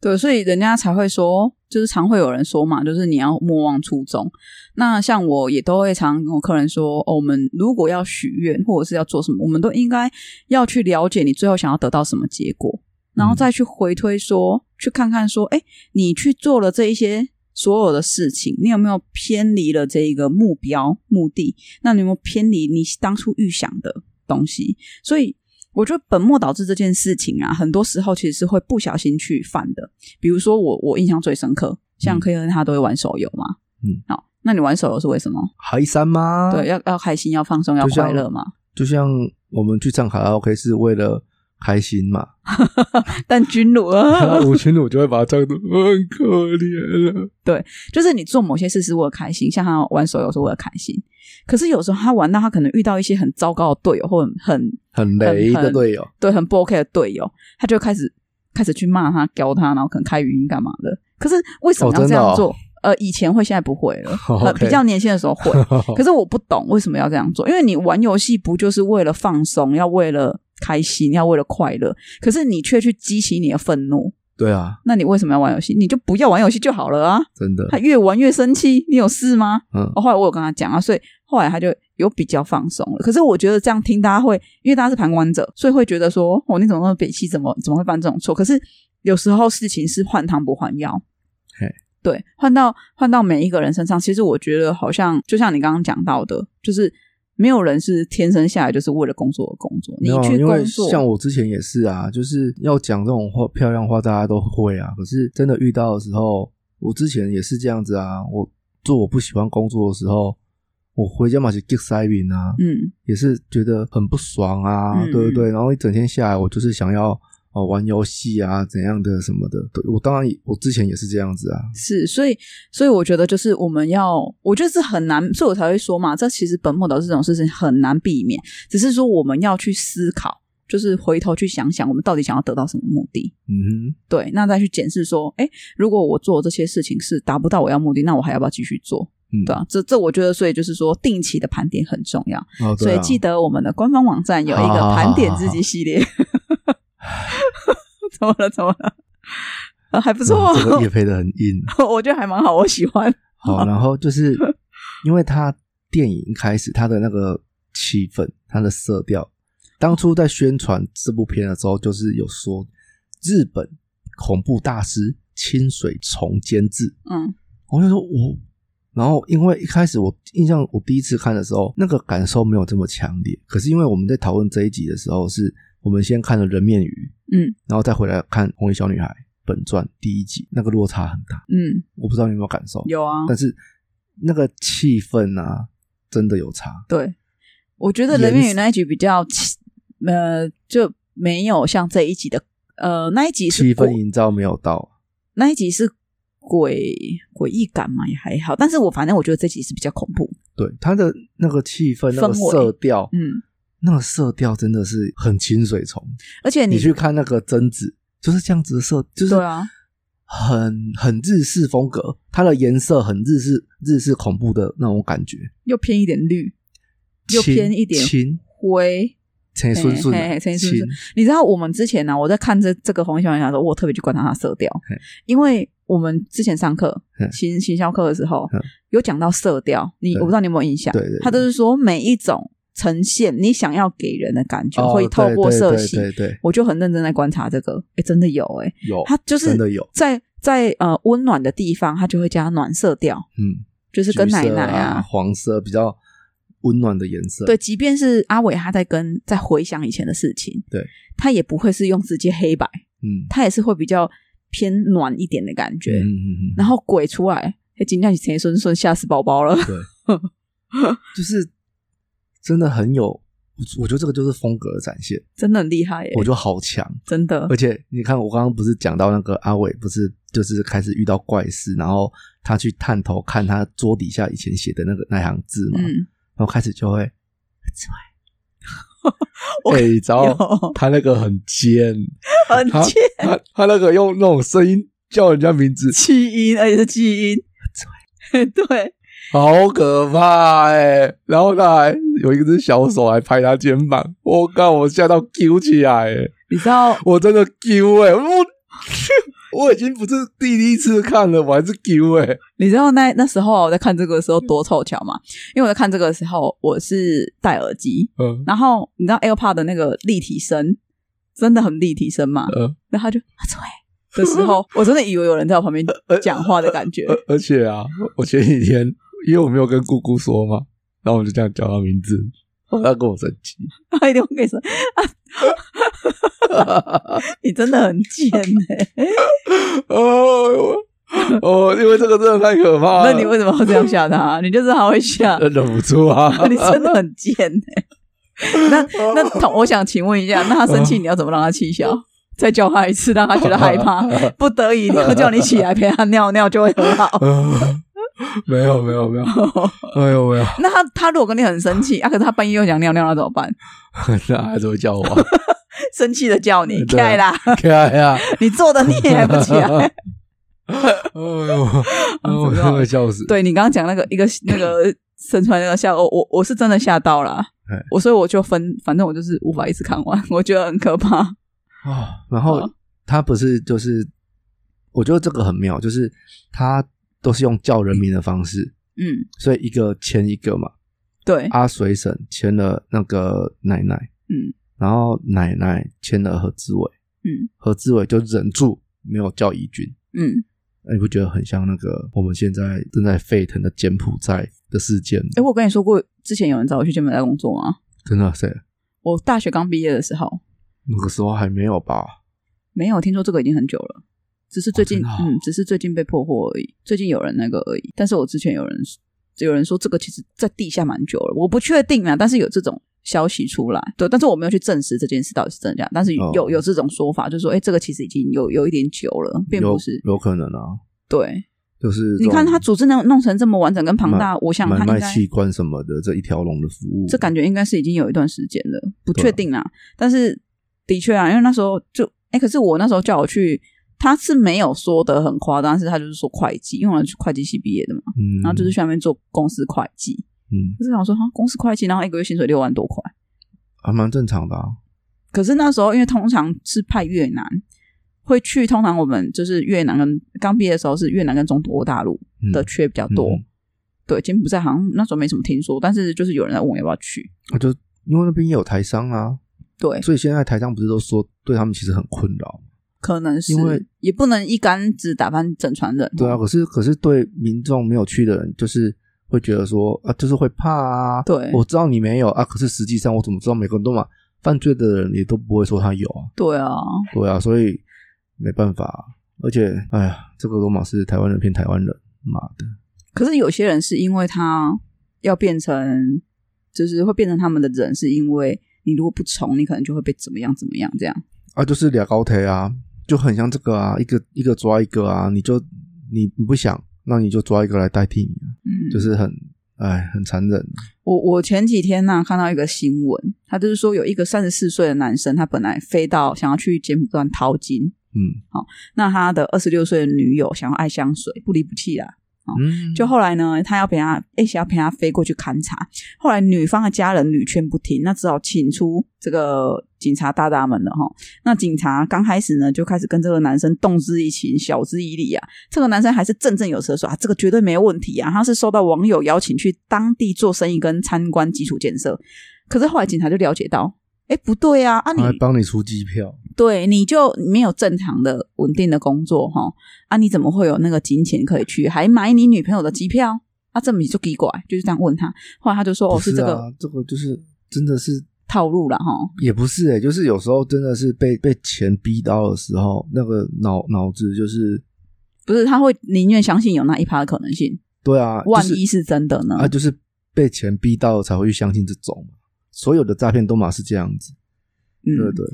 对，所以人家才会说，就是常会有人说嘛，就是你要莫忘初衷。那像我也都会常跟我客人说，哦、我们如果要许愿或者是要做什么，我们都应该要去了解你最后想要得到什么结果，然后嗯再去回推说，去看看说，哎，你去做了这一些。所有的事情，你有没有偏离了这一个目标目的？那你有没有偏离你当初预想的东西？所以我觉得本末倒置这件事情啊，很多时候其实是会不小心去犯的。比如说我，我印象最深刻，像 K 跟他都会玩手游嘛，嗯，好，那你玩手游是为什么？嗨三吗？对，，要要开心，要放松，要就像快乐嘛。就像我们去唱卡拉 OK 是为了开心嘛，但 君如 啊，五群我就会把它唱的很可怜了。就是你做某些事是为了开心，像他玩手游是为了开心。可是有时候他玩到他可能遇到一些很糟糕的队友，或很很 很雷的队 友，对很不 OK 的队友，他就开始开始去骂他、教他，然后可能开语音干嘛的。可是为什么哦要真这的哦样做？呃，以前会，现在不会 了。哦呃， ，OK 比较年轻的时候 会，可是我不懂为什么要这样做，因为你玩游戏不就是为了放松，要为了开心，要为了快乐，可是你却去激起你的愤怒，对啊，那你为什么要玩游戏？你就不要玩游戏就好了啊！真的，他越玩越生气，你有事吗？嗯，哦，后来我有跟他讲啊，所以后来他就有比较放松了。可是我觉得这样听大家会，因为大家是旁观者，所以会觉得说，哦，你怎么那么北气，怎么怎么会犯这种错？可是有时候事情是换汤不换药嘿。对，换到换到每一个人身上，其实我觉得好像就像你刚刚讲到的，就是没有人是天生下来就是为了工作而工作。你没有啊，去因为工作，像我之前也是啊，就是要讲这种话漂亮话，大家都会啊。可是真的遇到的时候，我之前也是这样子啊。我做我不喜欢工作的时候，我回家嘛去 get 塞宾啊，嗯也是觉得很不爽啊，嗯对不对？然后一整天下来，我就是想要哦玩游戏啊，怎样的什么的。对我当然也我之前也是这样子啊，是，所以，所以我觉得就是我们要，我觉得是很难，所以我才会说嘛，这其实本末倒置这种事情很难避免，只是说我们要去思考，就是回头去想想，我们到底想要得到什么目的。嗯对，那再去检视说，哎，如果我做这些事情是达不到我要目的，那我还要不要继续做？嗯对啊，这这我觉得，所以就是说，定期的盘点很重要。哼，哦，所对以啊，记得我们的官方网站有一好个好好盘点好自好己系列。 怎么了？怎么了？ 呃，还不错嗯哦，这个也配的很硬。 我觉得还蛮好，我喜欢。好，然后就是因为他电影一开始他的那个气氛，他的色调，当初在宣传这部片的时候，就是有说日本恐怖大师清水崇监制，嗯我就说我，然后因为一开始我印象我第一次看的时候，那个感受没有这么强烈，可是因为我们在讨论这一集的时候是，我们先看了《人面鱼》，嗯然后再回来看《红衣小女孩》本传第一集，那个落差很大，嗯，我不知道你有没有感受。有啊，但是那个气氛啊，真的有差。对，我觉得颜人面鱼那一集比较起，呃，就没有像这一集的，呃，那一集是气氛鬼，营造没有到，那一集是鬼诡异感嘛，也还好。但是我反正我觉得这集是比较恐怖，对他的那个气氛、那个氛围色调，嗯，那个色调真的是很清水虫。而且你去看那个贞子，就是这样子的色，就是哎对啊，很很日式风格，它的颜色很日式日式恐怖的那种感觉，又偏一点绿，又青偏一点青，灰。陈顺顺嘿嘿啊，嘿陈青顺顺你知道我们之前啊呢、我在看这这个红衣小女孩的时候，我特别去观察她的色调嘿，因为我们之前上课嘿行行销课的时候嗯有讲到色调，你对我不知道你有没有印象？对对对他就是说每一种呈现你想要给人的感觉，哦会透过色系。对对对对，我就很认真在观察这个，哎，真的有哎，有，它就是真的有，在在呃温暖的地方，它就会加暖色调，嗯，就是跟橘奶色奶啊，黄色比较温暖的颜色，对，即便是阿伟他在跟在回想以前的事情，对他也不会是用直接黑白，嗯，它也是会比较偏暖一点的感觉。嗯嗯嗯，然后鬼出来，哎，今天陈顺顺吓死宝宝了。 对，就是真的很有，我我觉得这个就是风格的展现，真的很厉害耶、我觉得好强。真的而，且你看，我刚刚不是讲到那个阿伟，不是就是开始遇到怪事，然后他去探头看他桌底下以前写的那个那行字嘛， 嗯，然后开始就会， 我哎、然有后他那个很尖，很他气他他那个用那种声音叫人家名字，气音，而且是气音， 对，好可怕哎、然后他还有一只小手还拍他肩膀，我靠，我吓到揪起来、欸，你知道，我真的揪哎、我我已经不是第一次看了，我还是 Q 哎、你知道那那时候我在看这个的时候多凑巧吗？因为我在看这个的时候我是戴耳机，嗯然后你知道 AirPod 的那个立体声真的很立体声嘛，嗯，然后他就啊对的时候，我真的以为有人在我旁边讲话的感觉。而而且啊，我前几天因为我没有跟姑姑说嘛，然后我就这样叫她名字，她跟我生气， 他一定哎会跟你说啊，你真的很贱 哎、哦我哦，因为这个真的太可怕了，那你为什么要这样 吓他？你就是他会吓，，忍不住啊你真的很贱哎、 那那同我想请问一 下，那他生气你要怎么让他气消？再叫他一次，让他觉得害 怕，不得已你要叫你起来陪他尿尿就会很好。 啊 没有没有没有，哎呦没有，那他他如果跟你很生气啊，可是他半夜又想尿尿，那怎么办？ 那还是会叫我啊，生气的叫你起 对啊来啦，对呀，你做的你也还不起来。 哎呦，哎呦我知真道的笑死，对你刚刚讲那个一个那个生出来那个吓，我我我是真的吓到了哎，我所以我就分，反正我就是无法一次看完，我觉得很可怕。啊，然后他不是就是，我觉得这个很妙，就是他都是用叫人名的方式，嗯，所以一个签一个嘛。对，阿水婶签了那个奶奶，嗯，然后奶奶签了何志伟，嗯，何志伟就忍住没有叫怡君。哎嗯，那你不觉得很像那个我们现在正在沸腾的柬埔寨的事件？哎，我跟你说过，之前有人找我去柬埔寨工作吗？真的谁？我大学刚毕业的时候，那个时候还没有吧？没有听说这个已经很久了，只是最近，哦真的哦嗯，只是最近被破获而已，最近有人那个而已。但是我之前有人有人说这个其实在地下蛮久了，我不确定啊，但是有这种。消息出来，对，但是我没有去证实这件事到底是真的假的，但是有、哦有这种说法，就是说，哎、这个其实已经有有一点久了，并不是有有可能啊，对。就是你看这种他组织能弄成这么完整跟庞大，我想他买应卖该器官什么的这一条龙的服务，这感觉应该是已经有一段时间了，不对啊确定啦。但是的确啊，因为那时候就哎、可是我那时候叫我去，他是没有说的很夸张，但是他就是说会计，因为我是会计系毕业的嘛，嗯，然后就是去那边做公司会计，嗯，就是想说哈，公司会计，然后一个月薪水六万多块。还蛮正常的啊。可是那时候因为通常是派越南会去，通常我们就是越南跟刚毕业的时候是越南跟中国大陆嗯的缺比较多。嗯对，柬埔寨好像那时候没什么听说，但是就是有人在问我要不要去。我啊就因为那边也有台商啊，对，所以现在台商不是都说对他们其实很困扰，可能是因为也不能一竿子打翻整船人。对啊，，可是可是对民众没有去的人，就是会觉得说啊，就是会怕啊，对我知道你没有啊，可是实际上我怎么知道每个人都嘛犯罪的人也都不会说他有啊，对啊，对啊，所以没办法啊、而且哎呀，这个罗马是台湾人骗台湾人，妈的，可是有些人是因为他要变成，就是会变成他们的人，是因为你如果不从，你可能就会被怎么样怎么样这样。啊，就是俩高铁啊，就很像这个啊，一个一个抓一个啊，你就你你不想，那你就抓一个来代替你啊，嗯，就是很哎很残忍。我我前几天呢、看到一个新闻，他就是说有一个三十四岁的男生，他本来飞到想要去柬埔寨淘金，嗯那他的二十六岁的女友想要爱香水，不离不弃啦，嗯，哦就后来呢，他要陪他一起要陪他飞过去勘察。后来女方的家人屡劝不听，那只好请出这个警察大大们了哈。那警察刚开始呢，就开始跟这个男生动之以情，晓之以理啊。这个男生还是振振有词地说啊，这个绝对没问题啊，他是受到网友邀请去当地做生意跟参观基础建设。可是后来警察就了解到，哎，不对啊，啊你他还帮你出机票，对，你就没有正常的稳定的工作哈，啊，你怎么会有那个金钱可以去，还买你女朋友的机票？啊，这么你就给拐，就是这样问他。后来他就说：“哦，不是这啊个，这个就是真的是套路了哈。也不是哎、就是有时候真的是被被钱逼到的时候，那个脑脑子就是”不是，他会宁愿相信有那一趴的可能性，对啊，万就是一是真的呢？啊，就是被钱逼到了才会去相信这种嘛，所有的诈骗都嘛是这样子，嗯，对对，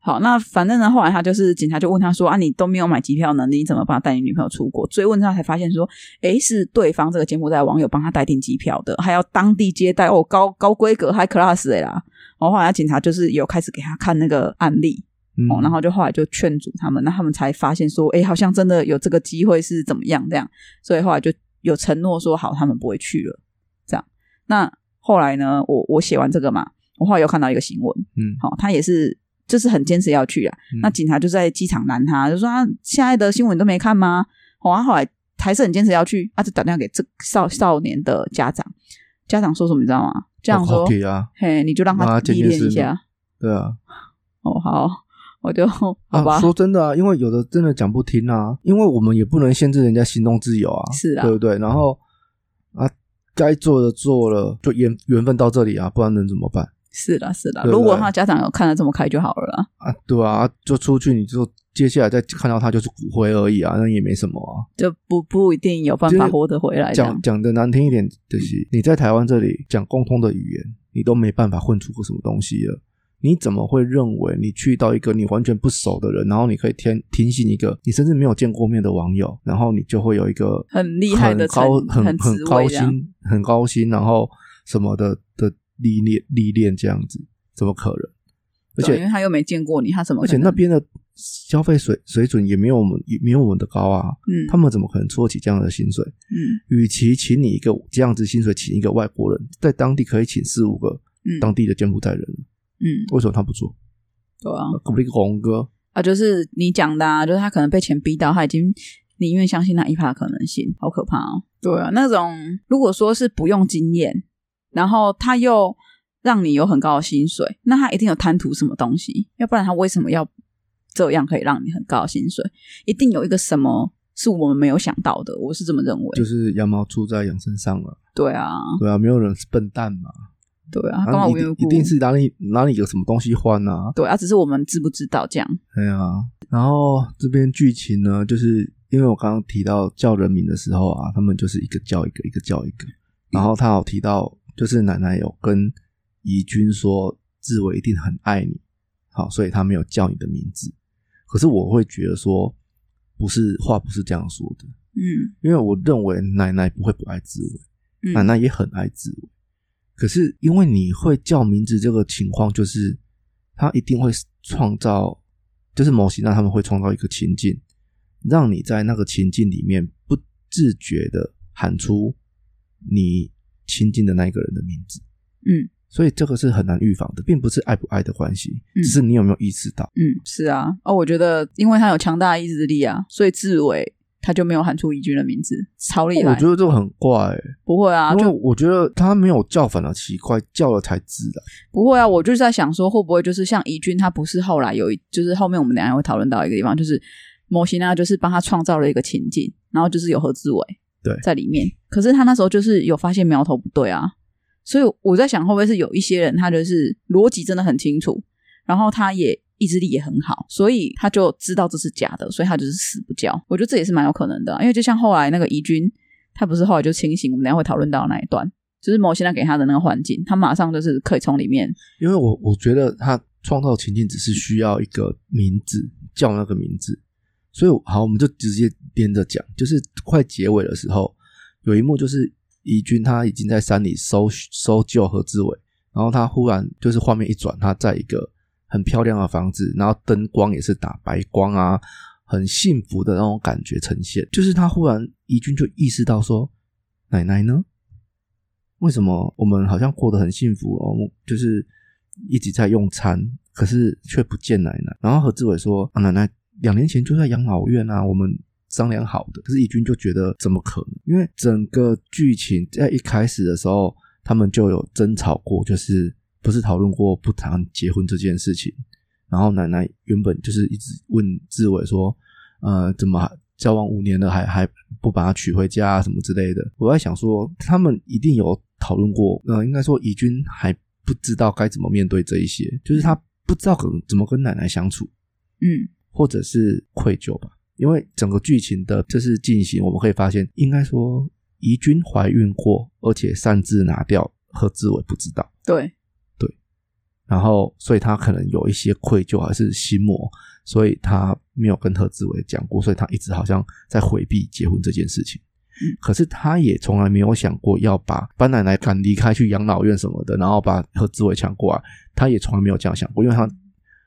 好，那反正呢，后来他就是警察就问他说：“啊，你都没有买机票呢，你怎么帮他带你女朋友出国？”追问他才发现说：“诶，是对方这个柬埔寨网友帮他代订机票的，还要当地接待哦，高高规格还 class 的啦。”然后后来警察就是有开始给他看那个案例嗯，哦，然后就后来就劝阻他们，那他们才发现说：“诶，好像真的有这个机会是怎么样这样？”所以后来就有承诺说好，他们不会去了。这样，那后来呢，我我写完这个嘛，我后来又看到一个新闻，嗯好、他也是就是很坚持要去啊。嗯那警察就在机场拦他，就说啊，现在的新闻你都没看吗？哦，他后来还是很坚持要去，他、啊就打电话给这少少年的家长，家长说什么你知道吗？家长说，可以啊，嘿，你就让让他他见历见练世一面下。对啊，哦，好， 我就好吧。啊，说真的啊，因为有的真的讲不听啊，因为我们也不能限制人家行动自由啊，是啊对不对？然后啊，该做的做了，就缘缘分到这里啊，不然能怎么办是啦，是啦。对不对如果他家长有看得这么开就好了啦。啊？对啊，就出去你就接下来再看到他就是骨灰而已啊，那也没什么啊。就不不一定有办就法是活得回来这讲样。讲的难听一点，就是你在台湾这里讲共通的语言，你都没办法混出个什么东西了。你怎么会认为你去到一个你完全不熟的人，然后你可以天提醒一个你甚至没有见过面的网友，然后你就会有一个很厉害很的高成很很职很位高这样薪、很高薪，然后什么的的历练历练这样子，怎么可能？而且对因为他又没见过你，他怎么而可且能？那边的消费水水准也没有我们也没有我们的高啊，嗯他们怎么可能出得起这样的薪水？嗯与其请你一个这样子薪水，请一个外国人，在当地可以请四五个嗯当地的柬埔寨人，嗯，为什么他不做？呃对啊可不可以红哥？啊，就是你讲的，啊，就是他可能被钱逼到，他已经宁愿相信那一趴可能性，好可怕哦。对啊，那种如果说是不用经验，然后他又让你有很高的薪水，那他一定有贪图什么东西，要不然他为什么要这样可以让你很高的薪水？一定有一个什么是我们没有想到的，我是这么认为。就是羊毛出在羊身上了，对啊，对啊，没有人是笨蛋嘛，对啊，他干然嘛后无一缘无定故？一定是哪里哪里有什么东西换啊，对啊，只是我们知不知道这样。对啊，然后这边剧情呢，就是因为我刚刚提到叫人名的时候啊，他们就是一个叫一个，一个叫一个。然后他有提到，就是奶奶有跟怡君说，志伟一定很爱你，好，所以他没有叫你的名字。可是我会觉得说，不是话不是这样说的，嗯因为我认为奶奶不会不爱志伟，奶嗯奶也很爱志伟。可是因为你会叫名字这个情况，就是他一定会创造，就是某些让他们会创造一个情境，让你在那个情境里面不自觉的喊出你亲近的那一个人的名字。嗯所以这个是很难预防的，并不是爱不爱的关系，嗯只是你有没有意识到。嗯，是啊。哦，我觉得因为他有强大的意志力啊，所以志伟他就没有喊出怡君的名字，超厉哦我害觉。得这个很怪、欸，不会嗯啊，因为就我觉得他没有叫反而奇怪，叫了才自然。不会啊。我就是在想说，会不会就是像怡君，他不是后来有一，就是后面我们等一下会讨论到一个地方，就是摩西娜就是帮他创造了一个情境，然后就是有何志伟对在里面。可是他那时候就是有发现苗头不对啊，所以我在想，会不会是有一些人他就是逻辑真的很清楚，然后他也意志力也很好，所以他就知道这是假的，所以他就是死不交。我觉得这也是蛮有可能的啊、因为就像后来那个怡君，他不是后来就清醒，我们等一下会讨论到那一段，就是某些人给他的那个环境，他马上就是可以从里面，因为我我觉得他创造情境只是需要一个名字叫那个名字，所以我好，我们就直接连着讲，就是快结尾的时候，有一幕就是怡君他已经在山里搜搜救何志伟，然后他忽然就是画面一转，他在一个很漂亮的房子，然后灯光也是打白光啊，很幸福的那种感觉呈现，就是他忽然怡君就意识到说，奶奶呢？为什么我们好像过得很幸福哦？我们就是一直在用餐，可是却不见奶奶。然后何志伟说：“啊、奶奶两年前就在养老院啊，我们商量好的。”可是怡君就觉得怎么可能？因为整个剧情在一开始的时候，他们就有争吵过，就是不是讨论过不谈结婚这件事情。然后奶奶原本就是一直问志伟说：“呃，怎么还交往五年了还还不把他娶回家啊什么之类的。我在想说，他们一定有讨论过，呃，应该说怡君还不知道该怎么面对这一些，就是他不知道怎怎么跟奶奶相处，嗯或者是愧疚吧。因为整个剧情的这是进行，我们可以发现，应该说怡君怀孕过，而且擅自拿掉何志伟不知道。对，然后所以他可能有一些愧疚还是心魔，所以他没有跟何志伟讲过，所以他一直好像在回避结婚这件事情。可是他也从来没有想过要把班奶奶赶离开去养老院什么的，然后把何志伟抢过来，他也从来没有这样想过，因为他。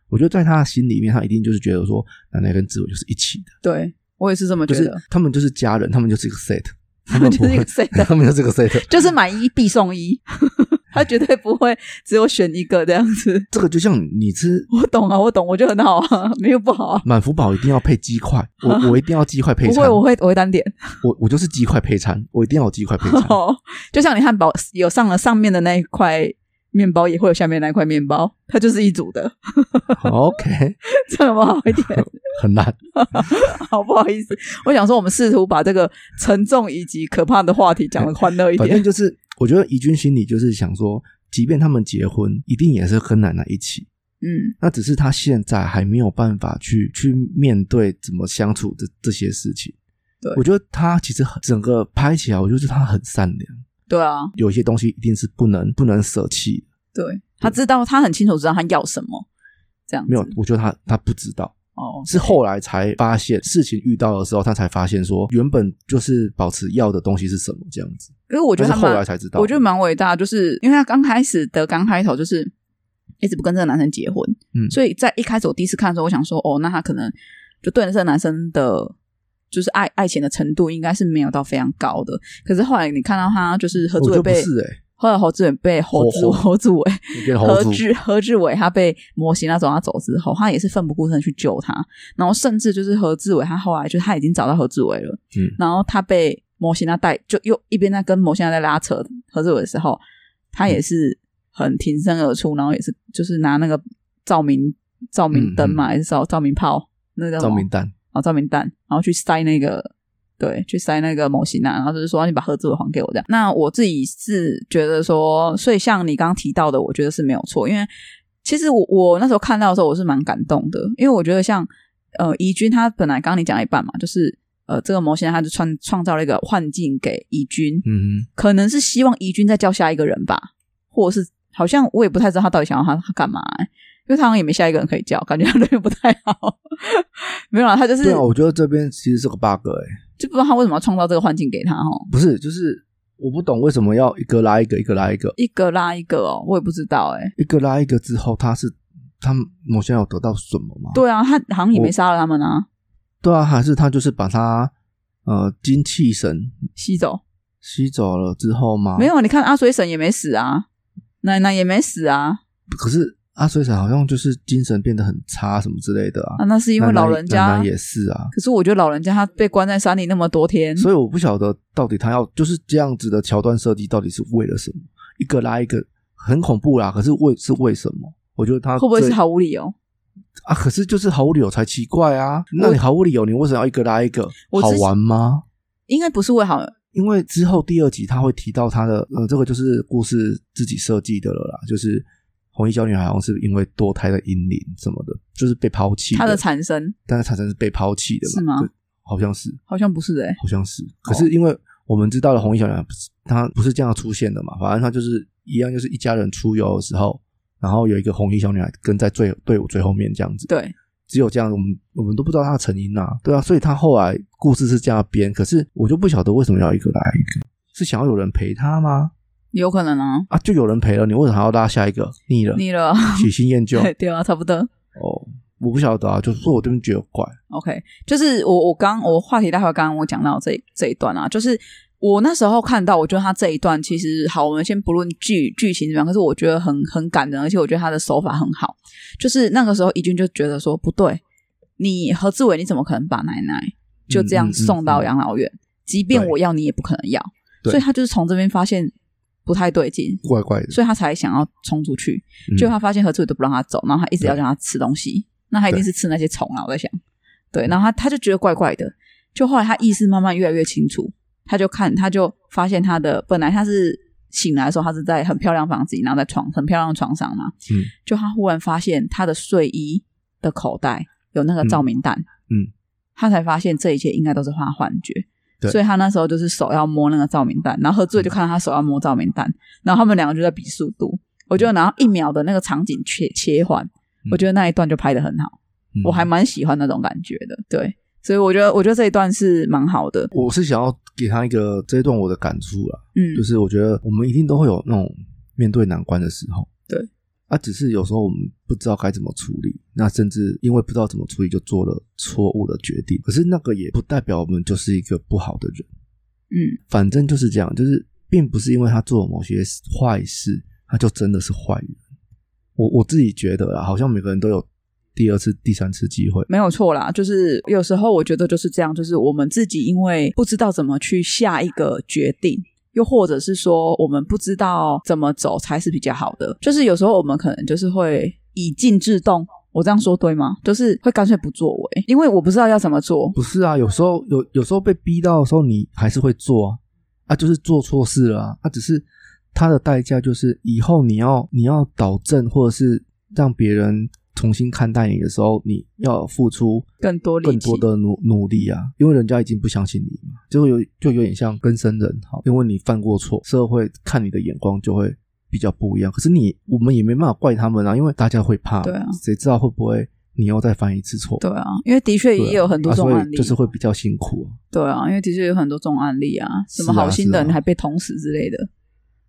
我觉得在他的心里面，他一定就是觉得说，奶奶跟志伟就是一起的，对我也是这么觉就是得， 他们就是家人，他们就是一个 set，他他们们 就是一个不会 set，他们就是一个 set，就是买一必送一。 他绝对不会只有选一个这样子。这个就像你吃我懂啊，我懂，我觉得很好啊，没有不好啊。满福堡一定要配鸡块，我我一定要鸡块配不餐会，，我会我会单点，我我就是鸡块配餐，我一定要有鸡块 配餐。哦就像你汉堡有上了上面的那一块面包，也会有下面那一块面包，它就是一组的， OK，这样有没有好一点？很难。好不好意思？我想说，我们试图把这个沉重以及可怕的话题讲的欢乐一反点正。就是，我觉得怡君心里就是想说，即便他们结婚，一定也是跟奶奶一起。嗯，那只是他现在还没有办法去去面对怎么相处这这些事情。对我觉得他其实很整个拍起来，我就是他很善良，对啊，有些东西一定是不能不能舍弃的。对他知道，他很清楚知道他要什么，这样子没有，我觉得他他不知道，哦，是后来才发现事情遇到的时候，他才发现说原本就是保持要的东西是什么这样子。因为我觉得但他是后蛮来才知道，我觉得蛮伟大，就是因为他刚开始的刚开头就是一直不跟这个男生结婚，嗯所以在一开始我第一次看的时候，我想说，哦，那他可能就对这个男生的，就是爱爱情的程度应该是没有到非常高的。可是后来你看到他就是何我志觉得不伟被，是哎、后来何志伟被侯志侯侯志伟欸，变猴何子志何志伟他被模型那走他走之后，他也是奋不顾身去救他，然后甚至就是何志伟，他后来就他已经找到何志伟了，嗯然后他被模型那带，就又一边在跟模型那在拉扯何志伟的时候，他嗯也是很挺身而出，然后也是就是拿那个照明照明灯嘛，还是照照明炮，那个嗯照明弹。啊照明弹，然后去塞那个。对，去塞那个模型啊，然后就是说你把盒子还给我这样。那我自己是觉得说，所以像你刚刚提到的，我觉得是没有错，因为其实我我那时候看到的时候，我是蛮感动的，因为我觉得像呃怡君，他本来刚刚你讲了一半嘛，就是呃这个模型他就创创造了一个幻境给怡君，嗯哼，可能是希望怡君再叫下一个人吧，或者是好像我也不太知道他到底想要他他干嘛、欸因为他好像也没下一个人可以叫，感觉他人缘不太好。 没有啦，他就是对啊，我觉得这边其实是个 bug 哎、就不知道他为什么要创造这个环境给他哦，不是，就是我不懂为什么要一个拉一个，一个拉一个，一个拉一个哦，我也不知道哎、一个拉一个之后，他是他某些人有得到什么吗？对啊，他好像也没杀了他们啊，对啊，还是他就是把他呃精气神吸走吸走了之后吗？没，有啊？你看阿水婶也没死啊，奶奶也没死啊，可是阿水神好像就是精神变得很差什么之类的啊啊，，那是因为老人家。奶奶也是啊。可是我觉得老人家他被关在山里那么多天，所以我不晓得到底他要就是这样子的桥段设计到底是为了什么？一个拉一个很恐怖啦，可是为是为什么？我觉得他会不会最是毫无理哦由？啊，可是就是毫无理由才奇怪啊！那你毫无理由，你为什么要一个拉一个？我好之前玩吗？应该不是为好，因为之后第二集他会提到他的，呃，这个就是故事自己设计的了啦，就是红衣小女孩好像是因为堕胎的阴灵什么的，就是被抛弃他的产生但是产生是被抛弃的嘛？是吗对？好像是，好像不是哎、好像是。可是因为我们知道了红衣小女孩不是她不是这样出现的嘛，反正她就是一样，就是一家人出游的时候，然后有一个红衣小女孩跟在最队伍最后面这样子。对，只有这样，我们我们都不知道它的成因啊，对啊，所以他后来故事是这样编，可是我就不晓得为什么要一个来一个，是想要有人陪他吗？有可能啊，啊，就有人陪了，你为什么还要拉下一个？腻了，腻了喜新厌旧对 对啊，差不多。哦，我不晓得啊，就是说我这边觉得怪， OK，就是我我刚我话题待会刚刚我讲到这一这一段啊，就是我那时候看到，我觉得他这一段其实好，我们先不论剧剧情怎么样，可是我觉得很很感人，而且我觉得他的手法很好。就是那个时候，怡君就觉得说不对，你何志伟你怎么可能把奶奶就嗯这嗯样嗯送到养老院？即便对我要，你也不可能要。对所以他就是从这边发现不太对劲，怪怪的，所以他才想要冲出去。嗯就他发现何志伟都不让他走，然后他一直要让他吃东西，那他一定是吃那些虫啊，我在想。对，然后他他就觉得怪怪的，就后来他意识慢慢越来越清楚，他就看他就发现他的本来他是醒来的时候，他是在很漂亮房子里，然后在床很漂亮的床上嘛，嗯，就他忽然发现他的睡衣的口袋有那个照明弹，嗯嗯他才发现这一切应该都是他的幻觉。对嗯所以他那时候就是手要摸那个照明弹，然后何志伟就看到他手要摸照明弹，然后他们两个就在比速度。我觉得，然后一秒的那个场景切切换，我觉得那一段就拍的很好，嗯我还蛮喜欢那种感觉的。对，所以我觉得，我觉得这一段是蛮好的。我是想要给他一个这一段我的感触啦，嗯，就是我觉得我们一定都会有那种面对难关的时候，对，啊，只是有时候我们不知道该怎么处理，那甚至因为不知道怎么处理就做了错误的决定，可是那个也不代表我们就是一个不好的人，嗯，反正就是这样，就是并不是因为他做了某些坏事他就真的是坏人。我我自己觉得啦，好像每个人都有第二次、第三次机会。没有错啦，就是有时候我觉得就是这样，就是我们自己因为不知道怎么去下一个决定，又或者是说我们不知道怎么走才是比较好的。就是有时候我们可能就是会以静制动，我这样说对吗？就是会干脆不作为，因为我不知道要怎么做。不是啊，有时候有有时候被逼到的时候，你还是会做啊，啊，就是做错事了啊，啊，只是它的代价就是以后你要你要导正，或者是让别人重新看待你的时候，你要付出更多力更气多的努努力啊，因为人家已经不相信你嘛，就会有就有点像跟生人哈，因为你犯过错，社会看你的眼光就会比较不一样。可是你我们也没办法怪他们啊，因为大家会怕，对啊，谁知道会不会你又再犯一次错？对啊，因为的确对啊，也有很多啊这种所以案例，就是会比较辛苦啊、对啊，因为的确有很多这种案例啊，什么是啊好心是的人啊哎还被捅死之类的，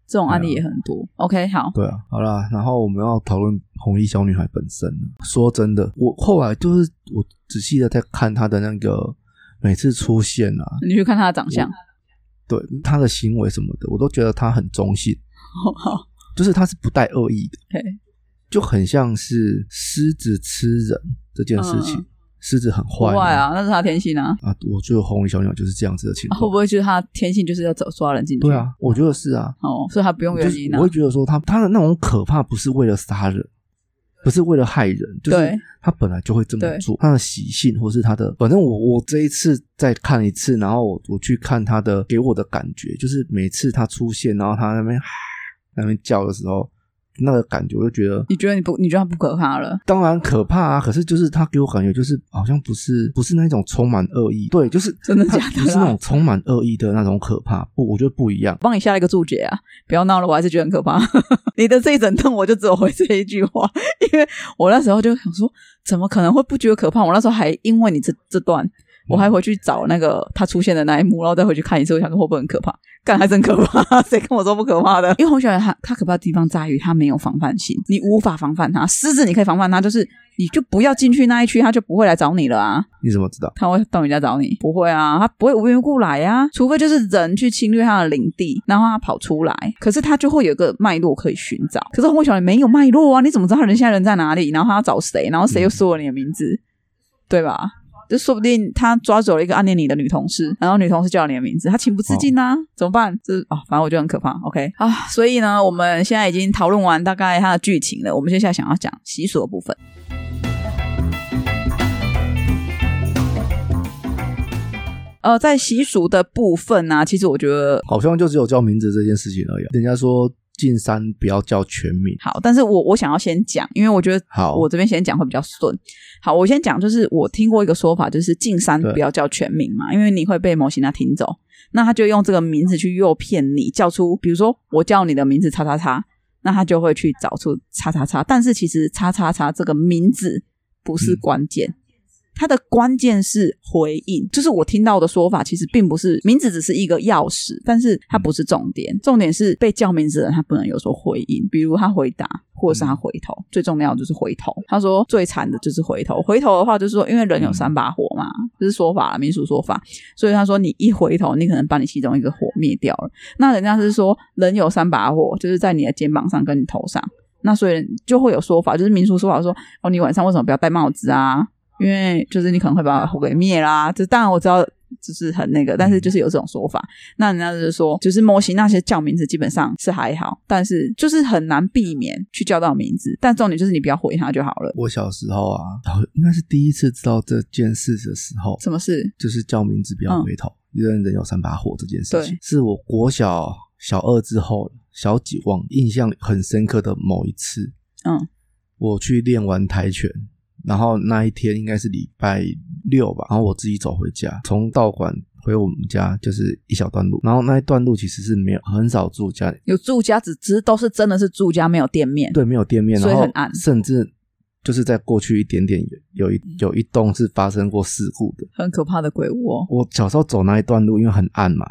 这种案例也很多。OK，好，对啊，好啦，然后我们要讨论红衣小女孩本身了。说真的，我后来就是我仔细的在看她的那个每次出现啊，你去看他的长相，对她的行为什么的，我都觉得她很中性，好就是她是不带恶意的， ，OK，就很像是狮子吃人这件事情。嗯狮子很不坏会吗啊，那是他天性啊。啊！我觉得红衣小女孩就是这样子的情啊会况。不会就是他天性就是要走抓人进去？对，啊，我觉得是啊。哦，所以他不用就原是因啊我会。觉得说他他的那种可怕不是为了杀人，不是为了害人，就是对他本来就会这么对做，他的习性或是他的，反正我我这一次再看一次，然后我我去看他的给我的感觉，就是每次他出现，然后他那边 那边叫的时候，那个感觉我就觉得。你觉得你不，你觉得他不可怕了？当然可怕啊，可是就是他给我感觉就是好像不是不是那种充满恶意，对，就是真的他假的不是那啦种充满恶意的那种可怕，不，我觉得不一样。帮你下了一个注解啊！不要闹了，我还是觉得很可怕。 你的这一整顿，我就只有回这一句话，因为我那时候就想说，怎么可能会不觉得可怕？我那时候还因为你这这段，我还回去找那个他出现的那一幕，然后再回去看一次，我想说会不会很可怕？干，还真可怕！ 谁跟我说不可怕的？因为红小人他他可怕的地方在于他没有防范性，你无法防范他。狮子你可以防范他，就是你就不要进去那一区，他就不会来找你了啊。你怎么知道？他会到你家找你？不会啊，他不会无缘无故来啊，除非就是人去侵略他的领地，然后他跑出来，可是他就会有个脉络可以寻找。可是红卫小人没有脉络啊，你怎么知道人现在人在哪里？然后他要找谁？然后谁又说了你的名字，对吧？就说不定他抓走了一个暗恋你的女同事，然后女同事叫了你的名字，他情不自禁啊，怎么办？这啊、反正我觉得很可怕。OK 啊，所以呢，我们现在已经讨论完大概它的剧情了，我们接下来想要讲习俗的部分。呃，在习俗的部分呢、其实我觉得好像就只有叫名字这件事情而已啊。人家说进山不要叫全名，好，但是我我想要先讲，因为我觉得好我这边先讲会比较顺。好，我先讲，就是我听过一个说法，就是进山对不要叫全名嘛，因为你会被某些人听走，那他就用这个名字去诱骗你，叫出，比如说我叫你的名字叉叉叉，那他就会去找出叉叉叉，但是其实叉叉叉这个名字不是嗯关键。它的关键是回应，就是我听到的说法，其实并不是名字只是一个钥匙，但是它不是重点，重点是被叫名字的人他不能有所回应，比如他回答，或者是他回头，最重要的就是回头。他说最惨的就是回头，回头的话就是说，因为人有三把火嘛，这是说法啦，民俗说法，所以他说你一回头，你可能把你其中一个火灭掉了。那人家是说人有三把火，就是在你的肩膀上跟你头上。那所以就会有说法，就是民俗说法说，哦，你晚上为什么不要戴帽子啊？因为就是你可能会把火给灭啦。这当然我知道，就是很那个，但是就是有这种说法。那人家就是说，就是模型那些叫名字基本上是还好，但是就是很难避免去叫到名字。但重点就是你不要回他就好了。我小时候啊，好应该是第一次知道这件事的时候，什么事？就是叫名字不要回头，因为人有三把火这件事情嗯对，是我国小小二之后小几忘印象很深刻的某一次。嗯，我去练完跆拳。然后那一天应该是礼拜六吧，然后我自己走回家，从道馆回我们家就是一小段路，然后那一段路其实是没有很少住家，有住家只只是都是真的是住家，没有店面。对，没有店面，所以然后很暗甚至就是在过去一点点有有一有一栋是发生过事故的。很可怕的鬼屋哦。我小时候走那一段路，因为很暗嘛，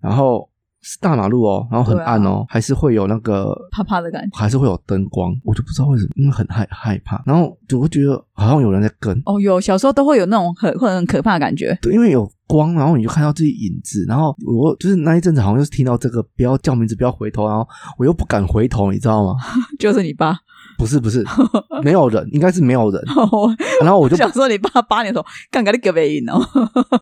然后是大马路哦，然后啊很暗哦，还是会有那个怕怕的感觉。还是会有灯光，我就不知道为什么，因为很害害怕，然后就会觉得好像有人在跟，哦，有小时候都会有那种很会很可怕的感觉。 对，因为有光，然后你就看到自己影子，然后我就是那一阵子好像就是听到这个不要叫名字，不要回头，然后我又不敢回头，你知道吗？就是你爸，不是 不是，没有人，应该是没有人，我然 后我就想说你爸八年的时候干个你隔壁赢哦，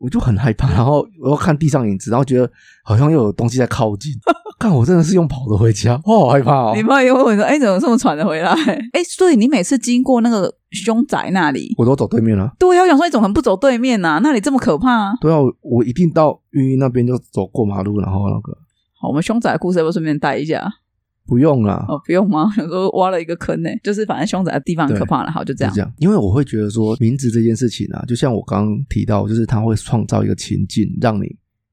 我就很害嗯怕，然后我又看地上影子，然后觉得好像又有东西在靠近， 看我真的是用跑的回家，我好害怕哦你！爸也会问说：“哎、怎么这么喘的回来？” 哎、所以你每次经过那个凶宅那里，我都走对面了，对呀、啊我想说你怎么很不走对面呐、那里这么可怕、啊。对啊，我我一定到玉玉那边就走过马路，然后那个好，我们凶宅的故事要不要顺便带一下？不用啦，哦，不用吗？想说挖了一个坑呢、欸就是反正凶宅的地方很可怕了。好，就这就样这。样，因为我会觉得说名字这件事情啊，就像我刚刚提到，就是它会创造一个情境，让你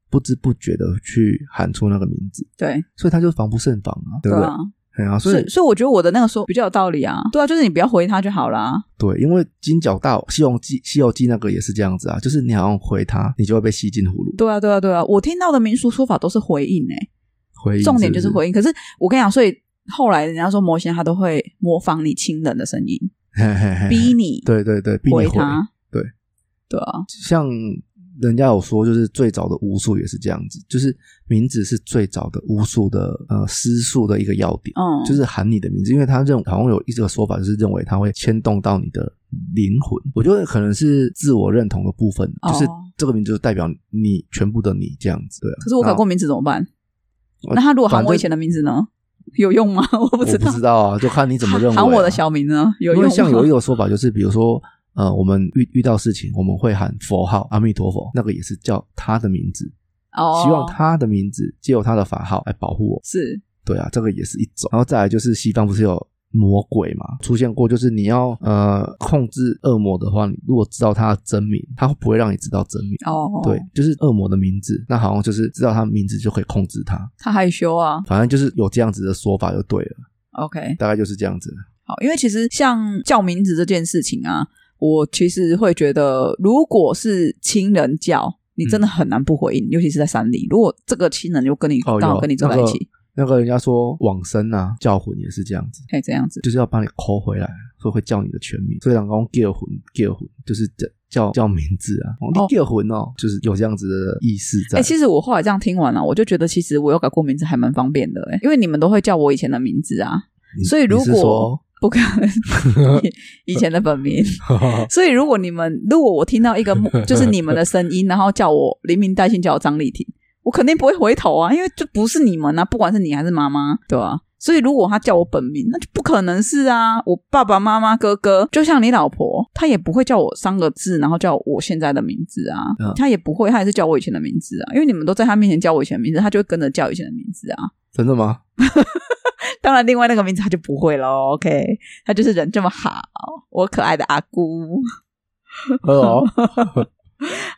不知不觉的去喊出那个名字，对，所以它就防不胜防啊，对不对？啊，对啊，所所以以所以我觉得我的那个说比较有道理啊。对啊，就是你不要回他就好啦。对，因为金角大西游记西游记那个也是这样子啊，就是你好像回它，你就会被吸进葫芦。对啊，对啊，对啊。我听到的民俗说法都是回应哎、回应重点就是不回应。可是我跟你讲，所以后来人家说魔仙他都会模仿你亲人的声音， 嘿嘿嘿逼你哎对对对，逼你回。他。对对啊，像人家有说，就是最早的巫术也是这样子，就是名字是最早的巫术的呃施术的一个要点，嗯，就是喊你的名字，因为他认好像有一个说法，就是认为它会牵动到你的灵魂。我觉得可能是自我认同的部分，哦就是这个名字就代表你全部的你这样子。对啊、可是我改过名字怎么办？我那他如果喊反我以正前的名字呢？有用吗？ 我不知我道。不知道啊，就看你怎么认为、啊。喊我的小名呢？有因用为吗？像有一种说法就是，比如说，呃，我们遇遇到事情，我们会喊佛号阿弥陀佛，那个也是叫他的名字，哦，希望他的名字借由他的法号来保护我。是对啊，这个也是一种。然后再来就是西方不是有魔鬼嘛，出现过，就是你要呃控制恶魔的话，你如果知道他的真名，他不会让你知道真名。哦，对，，就是恶魔的名字，那好像就是知道他名字就可以控制他，他害羞啊。反正就是有这样子的说法就对了， OK，大概就是这样子。好，因为其实像叫名字这件事情啊，我其实会觉得，如果是亲人叫，你真的嗯很难不回应，尤其是在山里。如果这个亲人又跟你哦刚好有跟你住在一起，那个人家说往生啊，叫魂也是这样子。可以这样子。就是要把你抠回来，所以会叫你的全名。所以人讲叫魂，叫魂就是叫叫叫名字啊，哦哦你叫魂哦，就是有这样子的意思在。哎、其实我后来这样听完了、啊我就觉得其实我有改过名字还蛮方便的、欸，因为你们都会叫我以前的名字啊，你所以如你是果说 不可能 以以前的本名，所以如果你们如果我听到一个陌就是你们的声音，然后叫我黎明带姓叫我张丽婷，我肯定不会回头啊，因为就不是你们啊，不管是你还是妈妈，对吧、所以如果他叫我本名，那就不可能是啊，我爸爸妈妈哥哥，就像你老婆，她也不会叫我三个字，然后叫我现在的名字啊，嗯她也不会，她也是叫我以前的名字啊，因为你们都在她面前叫我以前的名字，她就会跟着叫以前的名字啊。 真的吗？当然，另外那个名字他就不会喽。OK，他就是人这么好，我可爱的阿姑。哦，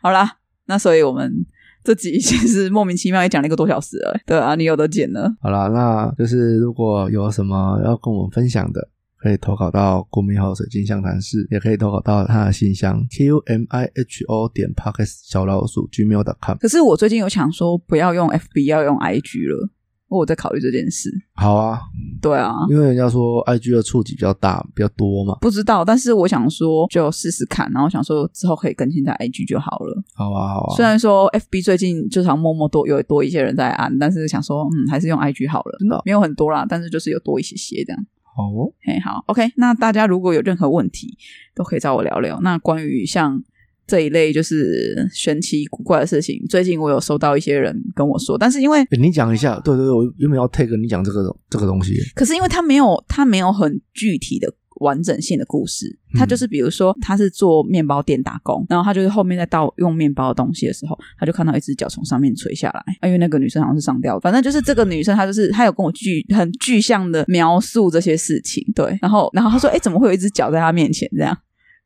好啦，那所以我们这集其实莫名其妙也讲了一个多小时了。对啊，你有的剪了。好啦，那就是如果有什么要跟我们分享的。可以投稿到国民号水晶象谈室，也可以投稿到他的信箱 q m i h o 点 p o c k e t 小老鼠 gmail.com。可是我最近有想说，不要用 FB，要用 IG 了。我有在考虑这件事。好啊，对啊，因为人家说 IG 的触及比较大，比较多嘛。不知道，但是我想说就试试看，然后想说之后可以更新在 IG 就好了。好啊，好啊虽。然说 FB 最近就常默默多有多一些人在按，但是想说嗯，还是用 IG 好了。真的哦没有很多啦，但是就是有多一些些这样。好哦，嘿，好，OK。那大家如果有任何问题，都可以找我聊聊。那关于像这一类就是玄奇古怪的事情，最近我有收到一些人跟我说，但是因为欸你讲一下，对对对，我原本要 take 你讲这个这个东西，可是因为他没有他没有很具体的完整性的故事，嗯他就是比如说他是做面包店打工，然后他就是后面在倒用面包的东西的时候，他就看到一只脚从上面垂下来，啊因为那个女生好像是上吊的，反正就是这个女生她就是她有跟我具很具象的描述这些事情，对，然后然后她说，哎、怎么会有一只脚在她面前这样？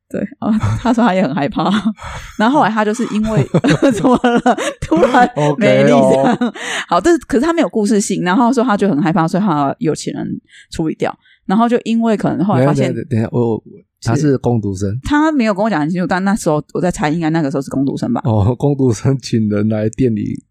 对啊，她说她也很害怕，然后后来她就是因为 怎么了，突然 OK 美丽这哦样， 好，但是可是他没有故事性，然后说他就很害怕，所以他有钱人处理掉，然后就因为可能后来发现等一下等一下，我我他是工读生他没有跟 我讲很清楚，但那时候我在猜，应该那个时候是工读生吧？哦，工读生请人来店里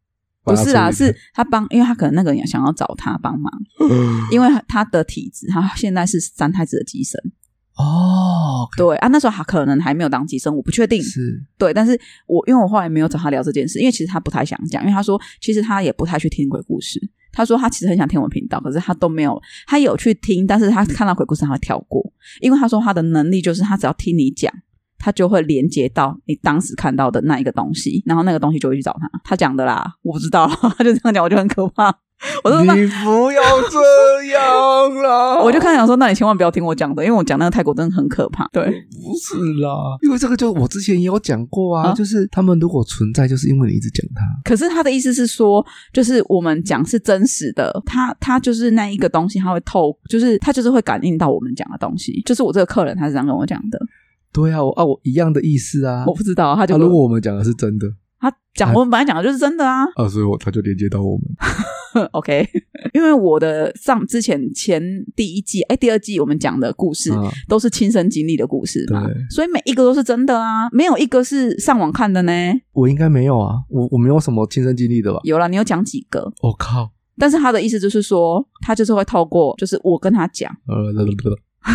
不是啦，把它处理是他帮，因为他可能那个人想要找他帮忙，嗯因为他的体质，他现在是三太子的机身， 哦，对啊，那时候他可能还没有当机身，我不确定，是对，但是我因为我后来没有找他聊这件事，因为其实他不太想讲，因为他说其实他也不太去听鬼故事。他说他其实很想听我频道，可是他都没有，他有去听，但是他看到鬼故事他会跳过，因为他说他的能力就是他只要听你讲，他就会连接到你当时看到的那一个东西，然后那个东西就会去找他。他讲的啦，我不知道，他就这样讲，我就很可怕。我说那你不要这样啦， 我就看想说，那你千万不要听我讲的，因为我讲那个泰国真的很可怕。对，不是啦，因为这个就我之前也有讲过啊，啊就是他们如果存在，就是因为你一直讲它，可是他的意思是说，就是我们讲是真实的，他他就是那一个东西，他会透，就是他就是会感应到我们讲的东西。就是我这个客人他是这样跟我讲的，对啊，我啊我一样的意思啊我。不知道，他就啊，跟如我、果我们讲的是真的他讲我们本来讲的就是真的啊。啊，所以我他就连接到我们。 OK，因为我的上之前前第一季哎第二季我们讲的故事。啊都是亲身经历的故事嘛对，所以每一个都是真的啊，没有一个是上网看的呢。我应该没有啊，我我没有什么亲身经历的吧？有啦，你有讲几个？我、靠，但是他的意思就是说，他就是会透过，就是我跟他讲，呃，啦啦啦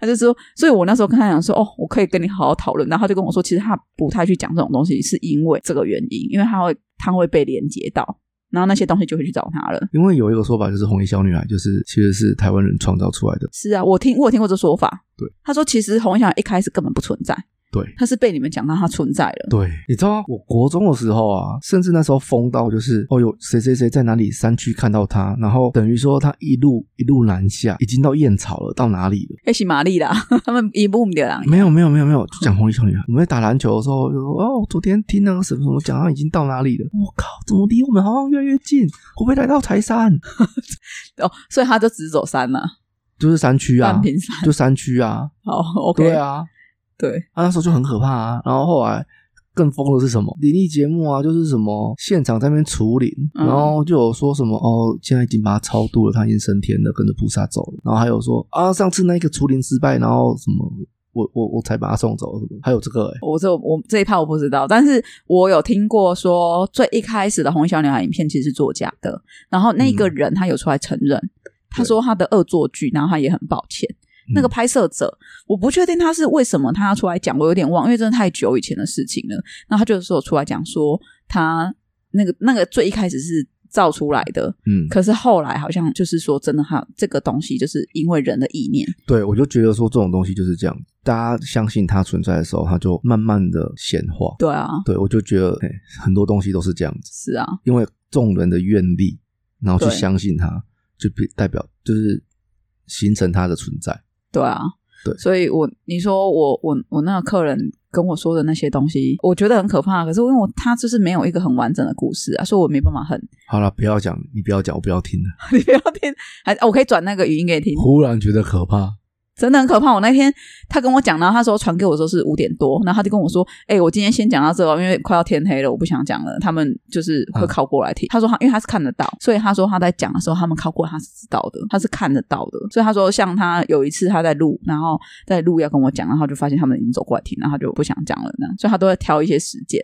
他就说，所以我那时候跟他讲说，哦，我可以跟你好好讨论。然后他就跟我说，其实他不太去讲这种东西，是因为这个原因，因为他会他会被连接到，然后那些东西就会去找他了。因为有一个说法就是红衣小女孩，就是其实是台湾人创造出来的。是啊，我听我有听过这说法。对，他说其实红小一开始根本不存在，对他是被你们讲到他存在了。对，你知道吗？我国中的时候啊，甚至那时候疯到就是哦，有谁谁谁在哪里山区看到她，然后等于说她一路一路南下，已经到燕巢了，到哪里了？哎，是玛丽啦， 他们一步的啦。没有没有没有没有，就讲红衣小女孩。我们在打篮球的时候就说哦，昨天听那个什么什么讲，她已经到哪里了？我靠，怎么离我们好像越来越近？会不会来到柴山？哦，所以他就只走山了，就是山区啊半，平山。就山区啊，好，OK，对，啊，对，啊，那时候就很可怕啊。然后后来更疯的是什么？灵异节目啊，就是什么现场在那边除灵，嗯然后就有说什么哦，现在已经把他超度了，他已经升天了，跟着菩萨走了。然后还有说啊，上次那个除灵失败，然后什么。我我我才把他送走，什么？还有这个哎、我这我这一趴我不知道，但是我有听过说，最一开始的红衣小女孩影片其实是作假的，然后那个人他有出来承认，他说他的恶作剧，然后他也很抱歉。那个拍摄者，我不确定他是为什么他要出来讲，我有点忘，因为真的太久以前的事情了。那他就是有出来讲说，他那个那个最一开始是造出来的，嗯，可是后来好像就是说，真的他这个东西就是因为人的意念，对，我就觉得说这种东西就是这样，大家相信它存在的时候，它就慢慢的显化。对啊，对，我就觉得、哎，很多东西都是这样子。是啊，因为众人的愿力，然后去对相信它，就比代表就是形成它的存在。对啊，对所以我你说我我我那个客人跟我说的那些东西，我觉得很可怕。啊可是因为我他就是没有一个很完整的故事啊，所以我没办法很。 好了，不要讲，你不要讲，我不要听了。你不要听，还哦我可以转那个语音给你听，忽然觉得可怕，真的很可怕。我那天他跟我讲，然后他说传给我的时候是五点多，然后他就跟我说：“哎、我今天先讲到这哦，因为快要天黑了，我不想讲了。”他们就是会靠过来听。他说他因为他是看得到，所以他说他在讲的时候，他们靠过来他是知道的，他是看得到的。所以他说像他有一次他在录，然后在录要跟我讲，然后就发现他们已经走过来听，然后他就不想讲了那样，所以他都会挑一些时间。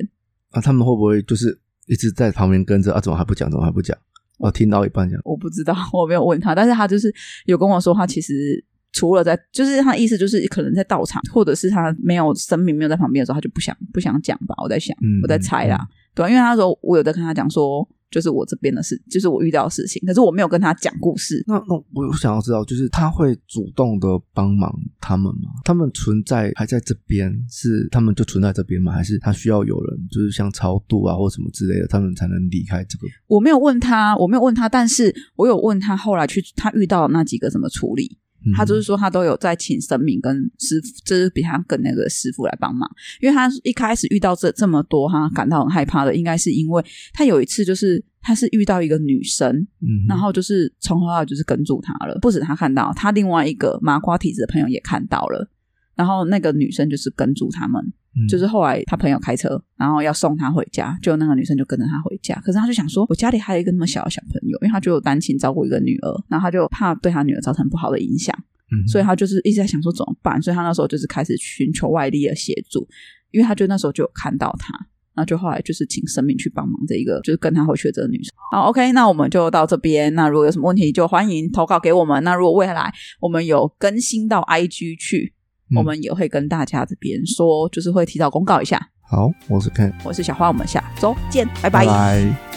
那、啊他们会不会就是一直在旁边跟着啊？怎么还不讲？怎么还不讲？我、听到一半讲，我不知道， 我没有问他，但是他就是有跟我说，他其实除了在，就是他的意思就是可能在到场，或者是他没有生命没有在旁边的时候，他就不想不想讲吧。我在想，嗯我在猜啦，对啊、因为他说我有在跟他讲说，就是我这边的事，就是我遇到的事情，可是我没有跟他讲故事。那那我想要知道，就是他会主动的帮忙他们吗？他们存在还在这边，是他们就存在这边吗？还是他需要有人，就是像超度啊或什么之类的，他们才能离开这个？我没有问他，我没有问他，但是我有问他后来去他遇到那几个怎么处理，嗯他就是说他都有在请神明跟师傅，就是比他跟那个师傅来帮忙，因为他一开始遇到这这么多，他感到很害怕的，应该是因为他有一次就是他是遇到一个女生，嗯哼，然后就是从头到尾就是跟住他了，不止他看到，他另外一个麻瓜体质的朋友也看到了。然后那个女生就是跟住他们，嗯就是后来他朋友开车，然后要送他回家，就那个女生就跟着他回家。可是他就想说，我家里还有一个那么小的小朋友，因为他就有单亲照顾一个女儿，然后他就怕对他女儿造成不好的影响，嗯所以他就是一直在想说怎么办，所以他那时候就是开始寻求外力的协助，因为他就那时候就有看到他，那就后来就是请神明去帮忙这一个，就是跟他回去的这个女生。好，OK，那我们就到这边。那如果有什么问题，就欢迎投稿给我们。那如果未来我们有更新到 IG 去，嗯我们也会跟大家这边说，就是会提早公告一下。好，我是 Ken，我是小花，我们下周见，拜拜